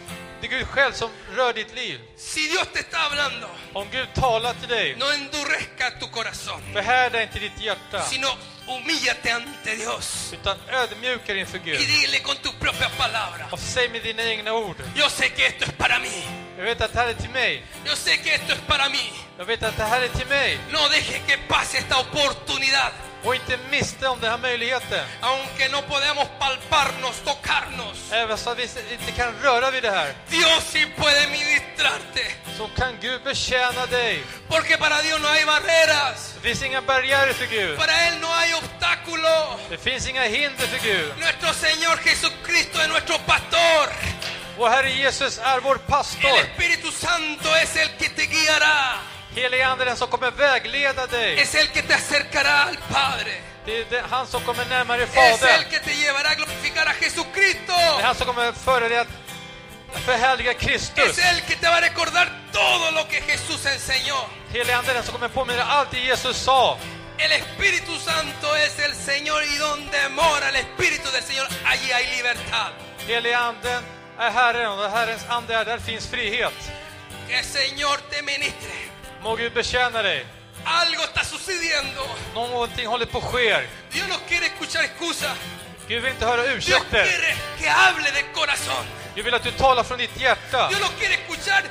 B: det är Gud själv som rör ditt liv.
A: Si Dios te está hablando,
B: Om Gud talar till dig,
A: no endurezca tu corazón,
B: förhärda inte ditt hjärta
A: sino humíllate ante Dios
B: utan ödmjuka dig inför
A: y
B: Gud.
A: dile con tus propias palabras.
B: Och säg med dina egna ord.
A: Yo sé que esto es para mí.
B: Jag vet att det här är till mig.
A: Yo sé que esto es para mí.
B: Jag vet att det här är till mig.
A: No deje que pase esta oportunidad.
B: Och inte miste om den här möjligheten.
A: Aunque no podamos palparnos, tocarnos.
B: Även så att vi inte kan röra vid det här,
A: Dios sí puede ministrarte.
B: så kan Gud betjäna dig.
A: Porque para Dios no hay barreras.
B: Det finns inga barriärer för Gud.
A: Para Él no hay obstáculo.
B: Det finns inga hinder för Gud.
A: Nuestro Señor Jesucristo es nuestro pastor.
B: Vår Herre Jesus är vår
A: El
B: pastor.
A: Espíritu Santo es el que te guiará.
B: Helige Ande är den som kommer vägleda dig.
A: Es el que te acercará al Padre.
B: Det är den- han som kommer närmare
A: Es el
B: Fadern.
A: que te llevará a glorificar a Jesucristo.
B: Det är han som kommer föra dig att förhärliga
A: Es
B: Kristus.
A: el que te va a recordar todo lo que Jesús enseñó.
B: Helige Ande är den som kommer påminna allt det Jesus sa.
A: El Espíritu Santo es el Señor y donde mora el Espíritu del Señor, allí hay libertad.
B: Helige Anden är Herren och där Herrens ande är, där finns frihet.
A: Que el Señor te ministre.
B: Må Gud betjäna dig.
A: Algo está sucediendo.
B: Någonting håller på att ske.
A: Dios no quiere escuchar excusas.
B: Gud vill inte höra
A: Dios
B: ursäkter.
A: quiere que hable de corazón.
B: Gud vill att du talar från ditt hjärta.
A: Dios no quiere escuchar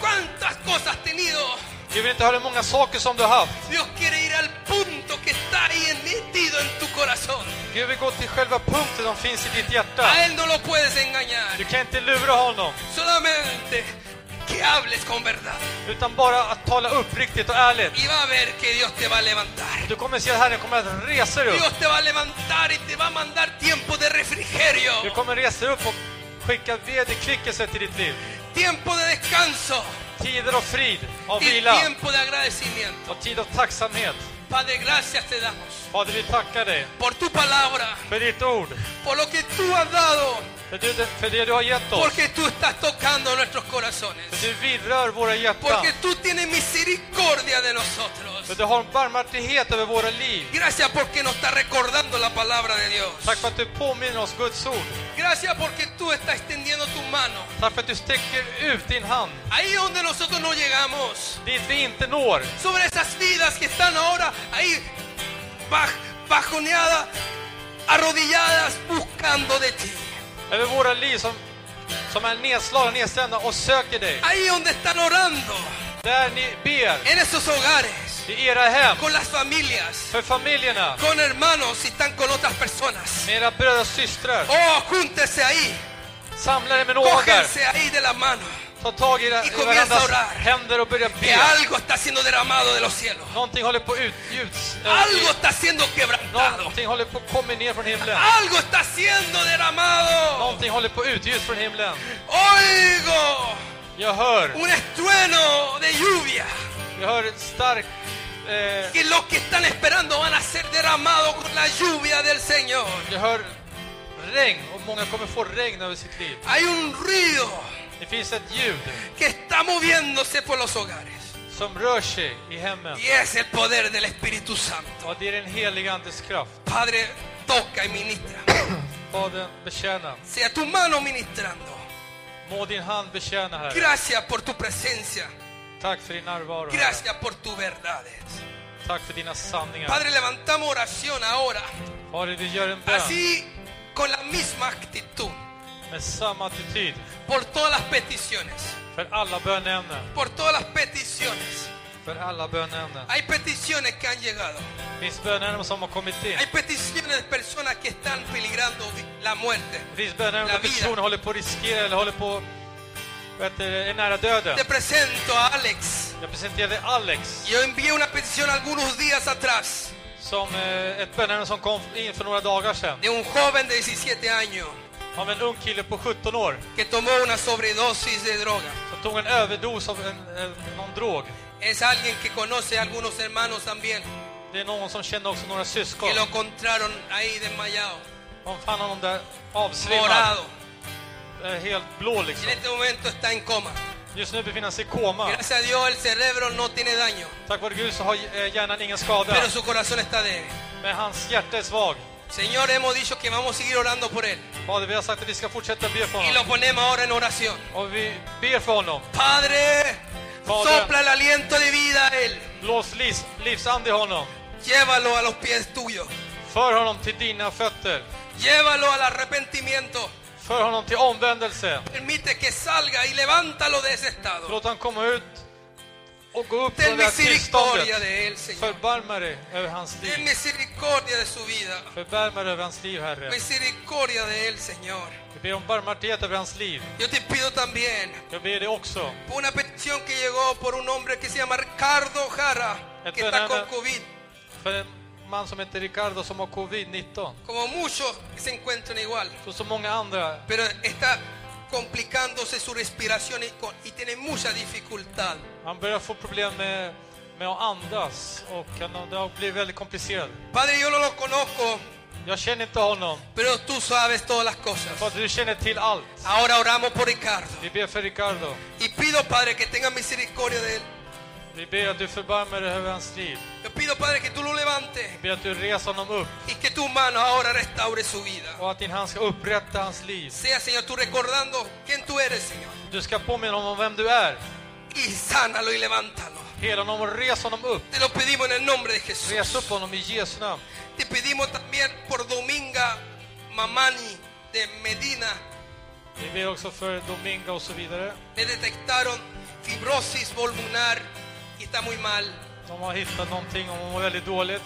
A: cuántas cosas has tenido.
B: Gud vill inte höra hur många saker som du har haft.
A: Dios quiere ir al punto que está ahí metido en tu corazón.
B: Gud vill gå till själva punkten som finns i ditt hjärta.
A: A Él no lo puedes engañar.
B: Du kan inte lura honom,
A: Solamente que hables con verdad.
B: utan bara att tala uppriktigt och ärligt.
A: Y va a ver que Dios te va a levantar.
B: Du kommer se att Herren kommer att resa dig upp.
A: Dios te va a levantar y te va a mandar tiempo de refrigerio,
B: Du kommer resa dig upp och skicka ved i kvickelse till ditt liv.
A: tiempo de descanso
B: Tider av frid, av
A: y
B: vila
A: tiempo de agradecimiento.
B: och tid av tacksamhet.
A: Padre, gracias te damos
B: Fader, vi tackar dig
A: por tu palabra,
B: för ditt ord,
A: por lo que tú has dado,
B: för, du, för det du har gett oss.
A: porque tú estás tocando nuestros corazones.
B: För du vidrör våra hjärtan.
A: Porque tú tienes misericordia de nosotros.
B: För du har en barmhärtighet över våra liv.
A: Gracias porque nos está recordando la palabra de Dios.
B: Tack för att du påminner oss Guds ord.
A: Gracias porque tú estás extendiendo tu mano.
B: Tack för att du sträcker ut din hand
A: Ahí donde nosotros no llegamos.
B: dit vi inte når.
A: Sobre esas vidas que están ahora ahí baj- bajoneadas, arrodilladas, buscando de ti.
B: Över våra liv som, som är nedslagna, nedstämda och söker dig.
A: Ahí donde están orando.
B: Där ni ber,
A: En esos hogares.
B: i era hem,
A: Con las familias.
B: för familjerna,
A: Con hermanos si están con otras personas.
B: med era bröder och systrar.
A: Oh, júntese ahí.
B: Samla er med någon där.
A: Cógense ahí de la mano.
B: Ta tag i, era-
A: Y
B: i
A: comienza a
B: varandras
A: orar.
B: händer och börja
A: Que
B: be.
A: algo está siendo derramado de los cielos.
B: Någonting håller på att utgjuts. eh,
A: Algo está siendo quebrantado.
B: Någonting håller på att komma ner från himlen.
A: Algo está siendo derramado.
B: Någonting håller på att utgjuts från himlen.
A: Oigo
B: Jag hör,
A: un estrueno de lluvia.
B: jag hör ett starkt... Eh,
A: Que los que están esperando van a ser derramados con la lluvia del Señor.
B: jag hör regn och många kommer få regn över sitt liv.
A: Hay un río
B: Det finns ett ljud
A: que está moviéndose por los hogares.
B: som rör sig i hemmen.
A: Y es el poder del Espíritu Santo.
B: Ja, det är den heliga andes kraft.
A: Padre, toca y ministra.
B: Fadern, betjäna.
A: Sea tu mano ministrando.
B: Må din hand betjäna, Herre.
A: Gracias por tu presencia.
B: Tack för din närvaro, Herre.
A: Gracias por tus verdades.
B: Tack för dina sanningar.
A: Padre, levantamos oración ahora.
B: Fader, vi gör en bön
A: Así, con la misma actitud,
B: med samma attityd
A: por todas las peticiones,
B: För alla bönämnen.
A: por todas las peticiones.
B: För alla bönämnen.
A: Hay peticiones que han llegado.
B: Det finns bönämnen som har kommit in.
A: Hay peticiones de personas que están peligrando la muerte.
B: Det finns bönämnen där
A: La vida.
B: personer håller på att riskera eller håller på... Vad heter det? Är nära döden.
A: Te presento a Alex.
B: Jag presenterade Alex
A: Yo envié una petición algunos días atrás
B: som eh, ett bönämne som kom in för några dagar sedan.
A: de un joven de 17 años
B: Av en ung kille på 17 år.
A: que tomó una sobredosis de droga.
B: Som tog en överdos av en, en, någon drog.
A: Es alguien que conoce a algunos hermanos también
B: Det är någon som kände också några syskon.
A: que lo encontraron ahí desmayado,
B: De fann honom där avsvimmad.
A: morado.
B: eh, Helt blå liksom.
A: En este momento está en coma.
B: Just nu befinner han sig i koma.
A: Gracias a Dios el cerebro no tiene daño,
B: Tack vare Gud så har eh, hjärnan ingen skada.
A: pero su corazón está débil.
B: Men hans hjärta är svag.
A: Señor, hemos dicho que vamos a seguir orando por él
B: Fader, vi har sagt att vi ska fortsätta be för
A: y
B: honom.
A: lo ponemos ahora en oración.
B: Och vi ber för honom.
A: Padre,
B: Padre.
A: sopla el aliento de vida a él.
B: Blås livs, livsande i honom.
A: Llévalo a los pies tuyos.
B: För honom till dina fötter.
A: Llévalo al arrepentimiento.
B: För honom till omvändelse.
A: Permite que salga y levántalo de ese estado.
B: Låt honom komma ut och gå upp
A: Ten
B: från det här
A: misericordia
B: tillståndet.
A: de él, Señor.
B: Förbarma dig över hans
A: Ten
B: liv.
A: misericordia de su vida.
B: Förbarma dig över hans liv, Herre.
A: Misericordia de él, Señor.
B: Vi ber om barmhärtighet över hans liv.
A: Yo te pido también
B: Jag ber dig också.
A: por una petición que llegó por un hombre que se llama Ricardo Jara, que está con COVID.
B: För en man som heter Ricardo som har covid-19.
A: Como muchos se encuentran igual,
B: Så så många andra.
A: pero está complicándose su respiración y, con- y tiene mucha dificultad.
B: Han börjar få problem med, med att andas och han, det har blivit väldigt komplicerat.
A: Padre, yo no lo conozco,
B: Jag känner inte honom.
A: pero tú sabes todas las cosas.
B: Fader, du känner till allt.
A: Ahora oramos por Ricardo.
B: Vi ber för Ricardo.
A: Y pido, Padre, que tenga misericordia de él.
B: Vi ber att du förbarmar dig över hans liv.
A: Yo pido, Padre, que tú lo levantes
B: Vi ber att du reser honom upp
A: y que tu mano ahora restaure su vida.
B: och att din hand ska upprätta hans liv.
A: Sea, Señor, tú recordando quién tú eres, Señor.
B: Du ska påminna honom om vem du är.
A: Y sánalo y levántalo.
B: Hela honom och res honom upp.
A: Te lo pedimos en el nombre de Jesús.
B: Res upp honom i Jesu namn.
A: Te pedimos también por Dominga Mamani de Medina.
B: Vi ber också för Dominga och så vidare.
A: Le detectaron fibrosis pulmonar y está muy mal.
B: De har hittat någonting och hon mår väldigt dåligt.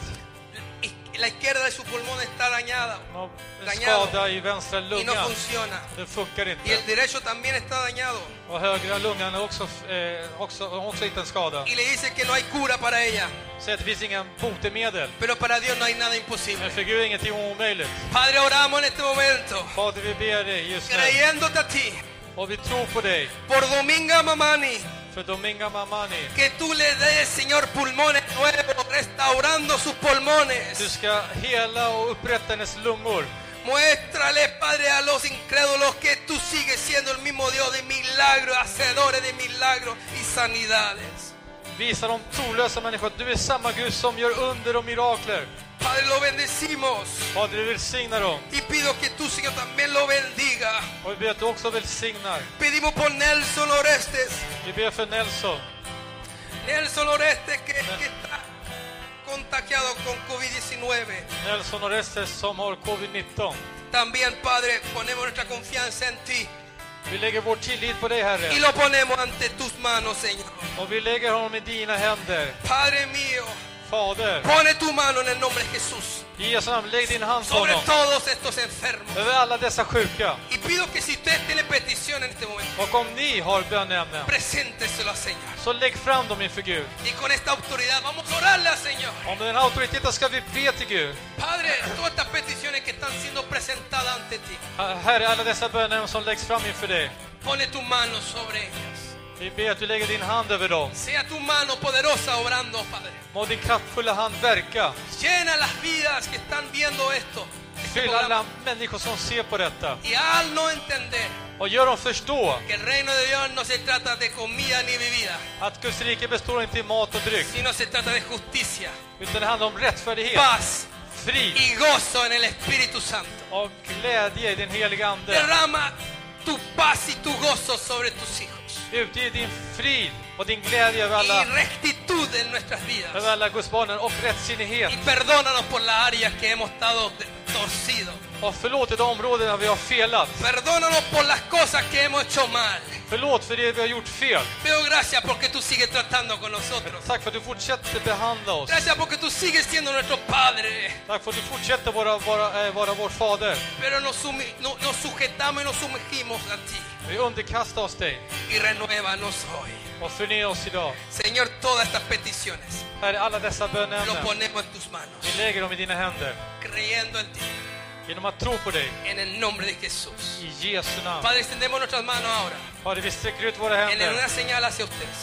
A: Y La izquierda de su pulmón está dañada
B: Hon har en
A: Dañado.
B: skada i vänstra
A: y no
B: lungan.
A: funciona.
B: Den funkar
A: Y el
B: inte.
A: derecho también está dañado.
B: Och högra lungan är också, eh, också, har också hittat en skada.
A: Y le dice que no hay cura para ella.
B: Så att det finns inga botemedel.
A: Pero para Dios no hay nada
B: Men
A: imposible.
B: för Gud är ingenting omöjligt.
A: Padre, oramos en este momento,
B: Fader, vi ber dig just nu.
A: creyéndote a ti,
B: Och vi tror på dig.
A: por Dominga Mamani,
B: För Dominga Mamani.
A: que tú le des, Señor, pulmones nuevos, restaurando sus
B: Du
A: pulmones.
B: ska hela och upprätta hennes lungor.
A: Muéstrale, Padre, a los incrédulos que tú sigues siendo el mismo Dios de milagros, hacedores de milagros y sanidades.
B: Visa de trolösa människor att du är samma Gud som gör under och mirakler.
A: Padre, lo bendecimos
B: Fader, du välsignar dem.
A: y pido que tú, Señor, también lo bendiga.
B: Och vi ber att du också välsignar.
A: Pedimos por Nelson Orestes.
B: Vi ber för Nelson.
A: Nelson Oreste que, que está contagiado con COVID-19.
B: Nelson Orestes som har covid-19.
A: También, Padre, ponemos nuestra confianza en ti
B: Vi lägger vår tillit på dig,
A: y
B: Herre.
A: lo ponemos ante tus manos, Señor.
B: Och vi lägger honom i dina händer.
A: Padre mío,
B: Fader,
A: pone tu mano en el nombre de Jesús
B: i Jesu namn, lägg din hand på
A: sobre
B: honom.
A: todos estos enfermos.
B: Över alla dessa sjuka.
A: Y pido que si usted tiene petición en este momento,
B: Och om ni har bönämnen,
A: presénteselo al Señor.
B: så lägg fram dem inför Gud.
A: Y con esta autoridad vamos a orarle al Señor.
B: Om den auktoriteten ska vi be till Gud.
A: Padre, todas estas peticiones que están siendo presentadas ante ti,
B: Herre, alla dessa bönämnen som läggs fram inför dig.
A: pone tu mano sobre ellas.
B: Vi ber att du lägger din hand över dem.
A: Sea tu mano poderosa obrando, Padre.
B: Må din kraftfulla hand verka.
A: Llena las vidas que están viendo esto. este
B: Fyll
A: programa.
B: alla människor som ser på detta.
A: Y al no entender
B: Och gör dem förstå
A: que el reino de Dios no se trata de comida ni bebida,
B: att Guds rike består inte i mat och dryck.
A: sino se trata de justicia,
B: Utan det handlar om rättfärdighet,
A: paz
B: frid
A: y gozo en el Espíritu Santo.
B: och glädje i den heliga Ande.
A: Derrama tu paz y tu gozo sobre tus hijos.
B: Utge din frid och din glädje över
A: Y
B: alla,
A: rectitud en nuestras
B: över
A: vidas.
B: alla Guds barnen och rättsinninhet.
A: Y perdónanos por las áreas que hemos estado de- torcidos.
B: Och förlåt i de områden där vi har felat.
A: Perdónanos por las cosas que hemos hecho mal.
B: Förlåt för det vi har gjort fel.
A: Te doy gracias porque tú sigues tratando con nosotros.
B: Tack för att du fortsätter behandla oss.
A: Gracias porque tú sigues siendo nuestro Padre.
B: Tack för att du fortsätter vara, vara, eh, vara vår fader.
A: Pero nos, sumi- no- nos sujetamos y nos sumergimos a ti.
B: Vi underkastar oss dig
A: Y renuévanos hoy.
B: och förnya oss idag.
A: Señor, todas estas peticiones
B: Herre, alla dessa
A: lo
B: bönämnen,
A: ponemos en tus manos.
B: vi lägger dem i dina händer.
A: Creyendo en ti.
B: Genom att tro på dig,
A: En el nombre de Jesús.
B: i Jesu namn.
A: Padre, extendemos nuestras manos ahora.
B: Fader, vi sträcker ut våra
A: En
B: händer.
A: una señal hacia ustedes.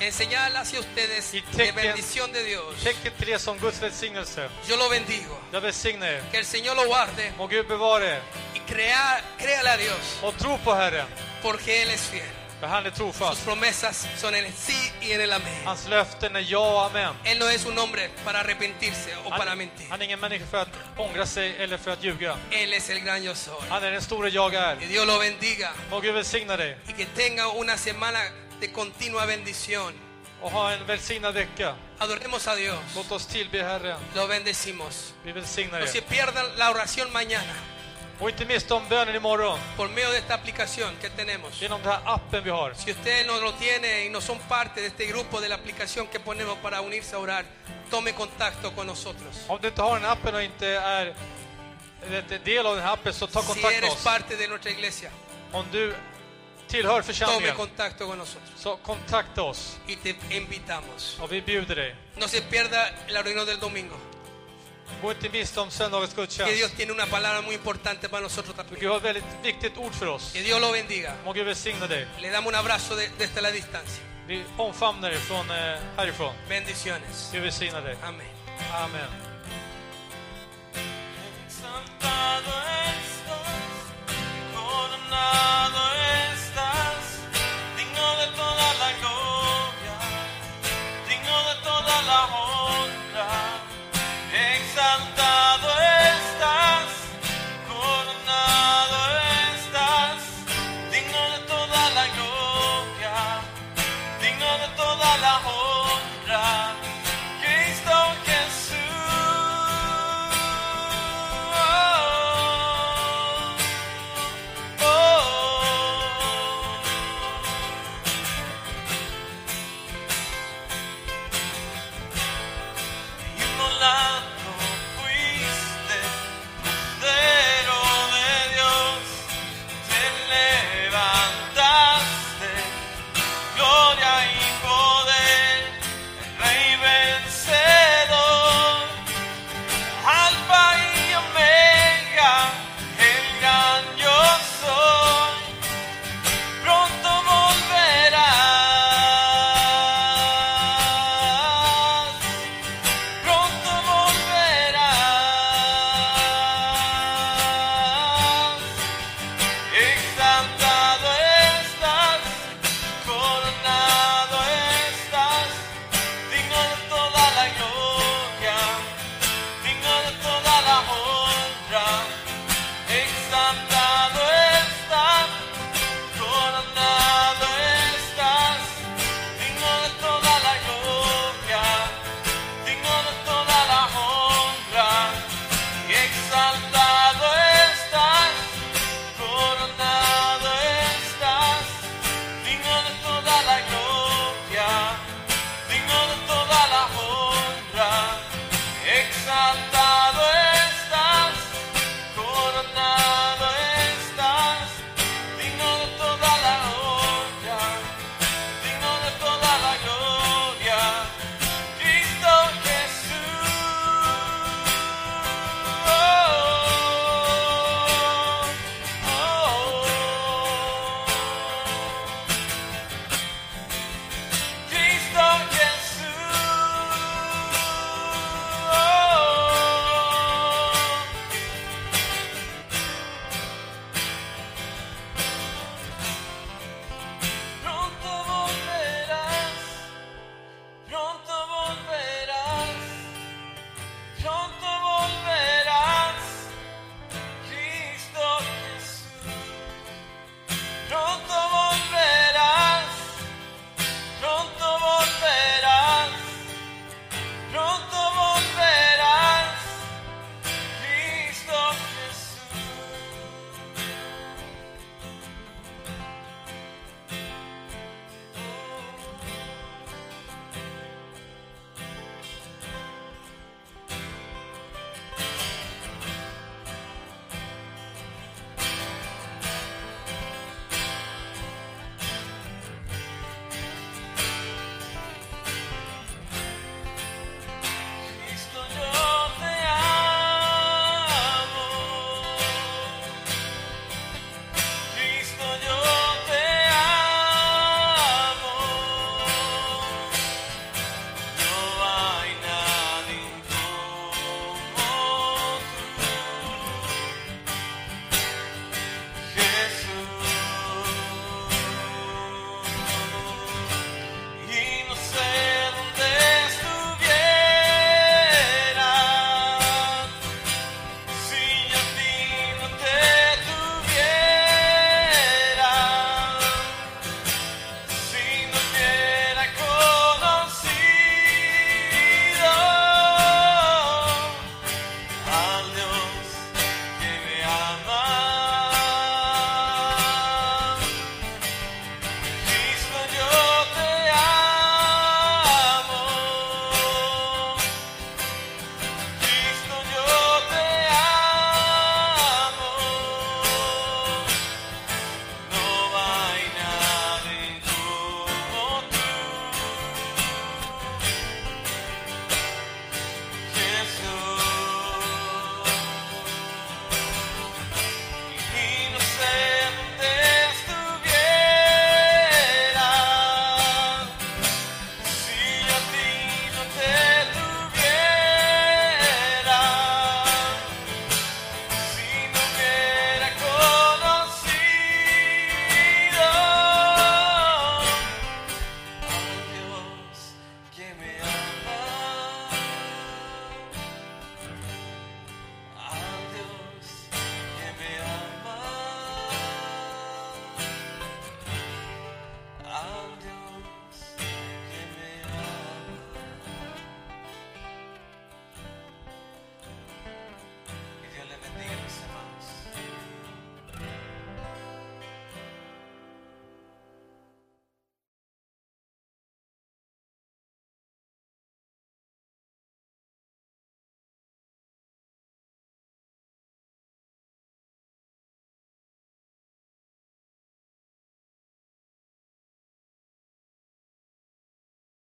A: En señal hacia ustedes
B: Y
A: de
B: tequen-
A: bendición de Dios.
B: Tecken till er som Guds välsignelse.
A: Yo lo bendigo.
B: Jag välsignar er.
A: Que el Señor lo guarde
B: Må Gud bevara er.
A: y crea, créale a Dios,
B: Och tro på Herren,
A: porque Él es fiel.
B: för han är
A: Sus
B: trofast.
A: promesas son en el sí y en el amén.
B: Hans löften är ja och amen.
A: Él no es un hombre para arrepentirse o para
B: Han,
A: mentir.
B: han är ingen människa för att ångra sig eller för att ljuga.
A: Él es el gran yo soy.
B: Han är den store jag
A: Que
B: är.
A: Dios lo bendiga
B: Må Gud välsigna dig
A: y que tenga una semana de continua bendición.
B: och ha en välsignad vecka.
A: Adoremos a Dios.
B: Låt oss tillbe Herren.
A: Lo bendecimos.
B: Vi välsignar
A: No se
B: er.
A: pierdan la oración mañana
B: Och inte missa om bönen imorgon
A: por medio de esta aplicación que tenemos.
B: genom den här appen vi har.
A: Si usted no lo tiene y no son parte de este grupo de la aplicación que ponemos para unirse a orar, tome contacto con nosotros.
B: Om du inte har den här appen och inte är vet, del av den här appen så ta
A: Si
B: kontakt med
A: eres
B: oss.
A: parte de nuestra iglesia,
B: Om du tillhör
A: tome
B: församlingen
A: contacto con nosotros
B: så kontakta oss
A: y te invitamos.
B: och vi bjuder dig.
A: No se pierda la reunión del domingo,
B: Gå inte miste om söndagens
A: que Dios
B: gudstjänst.
A: tiene una palabra muy importante para nosotros
B: För
A: también.
B: Gud har ett väldigt viktigt ord för oss.
A: Que Dios lo bendiga.
B: Må Gud välsigna dig.
A: Le damos un abrazo de- desde la distancia.
B: Vi omfamnar dig från, eh, härifrån.
A: Bendiciones.
B: Gud välsigna dig.
A: Amén.
B: Amen.
C: Exaltado estás, coronado estás, digno de toda la gloria, digno de toda la honra. Exaltado estás, coronado estás, digno de toda la gloria, digno de toda la honra. Oh,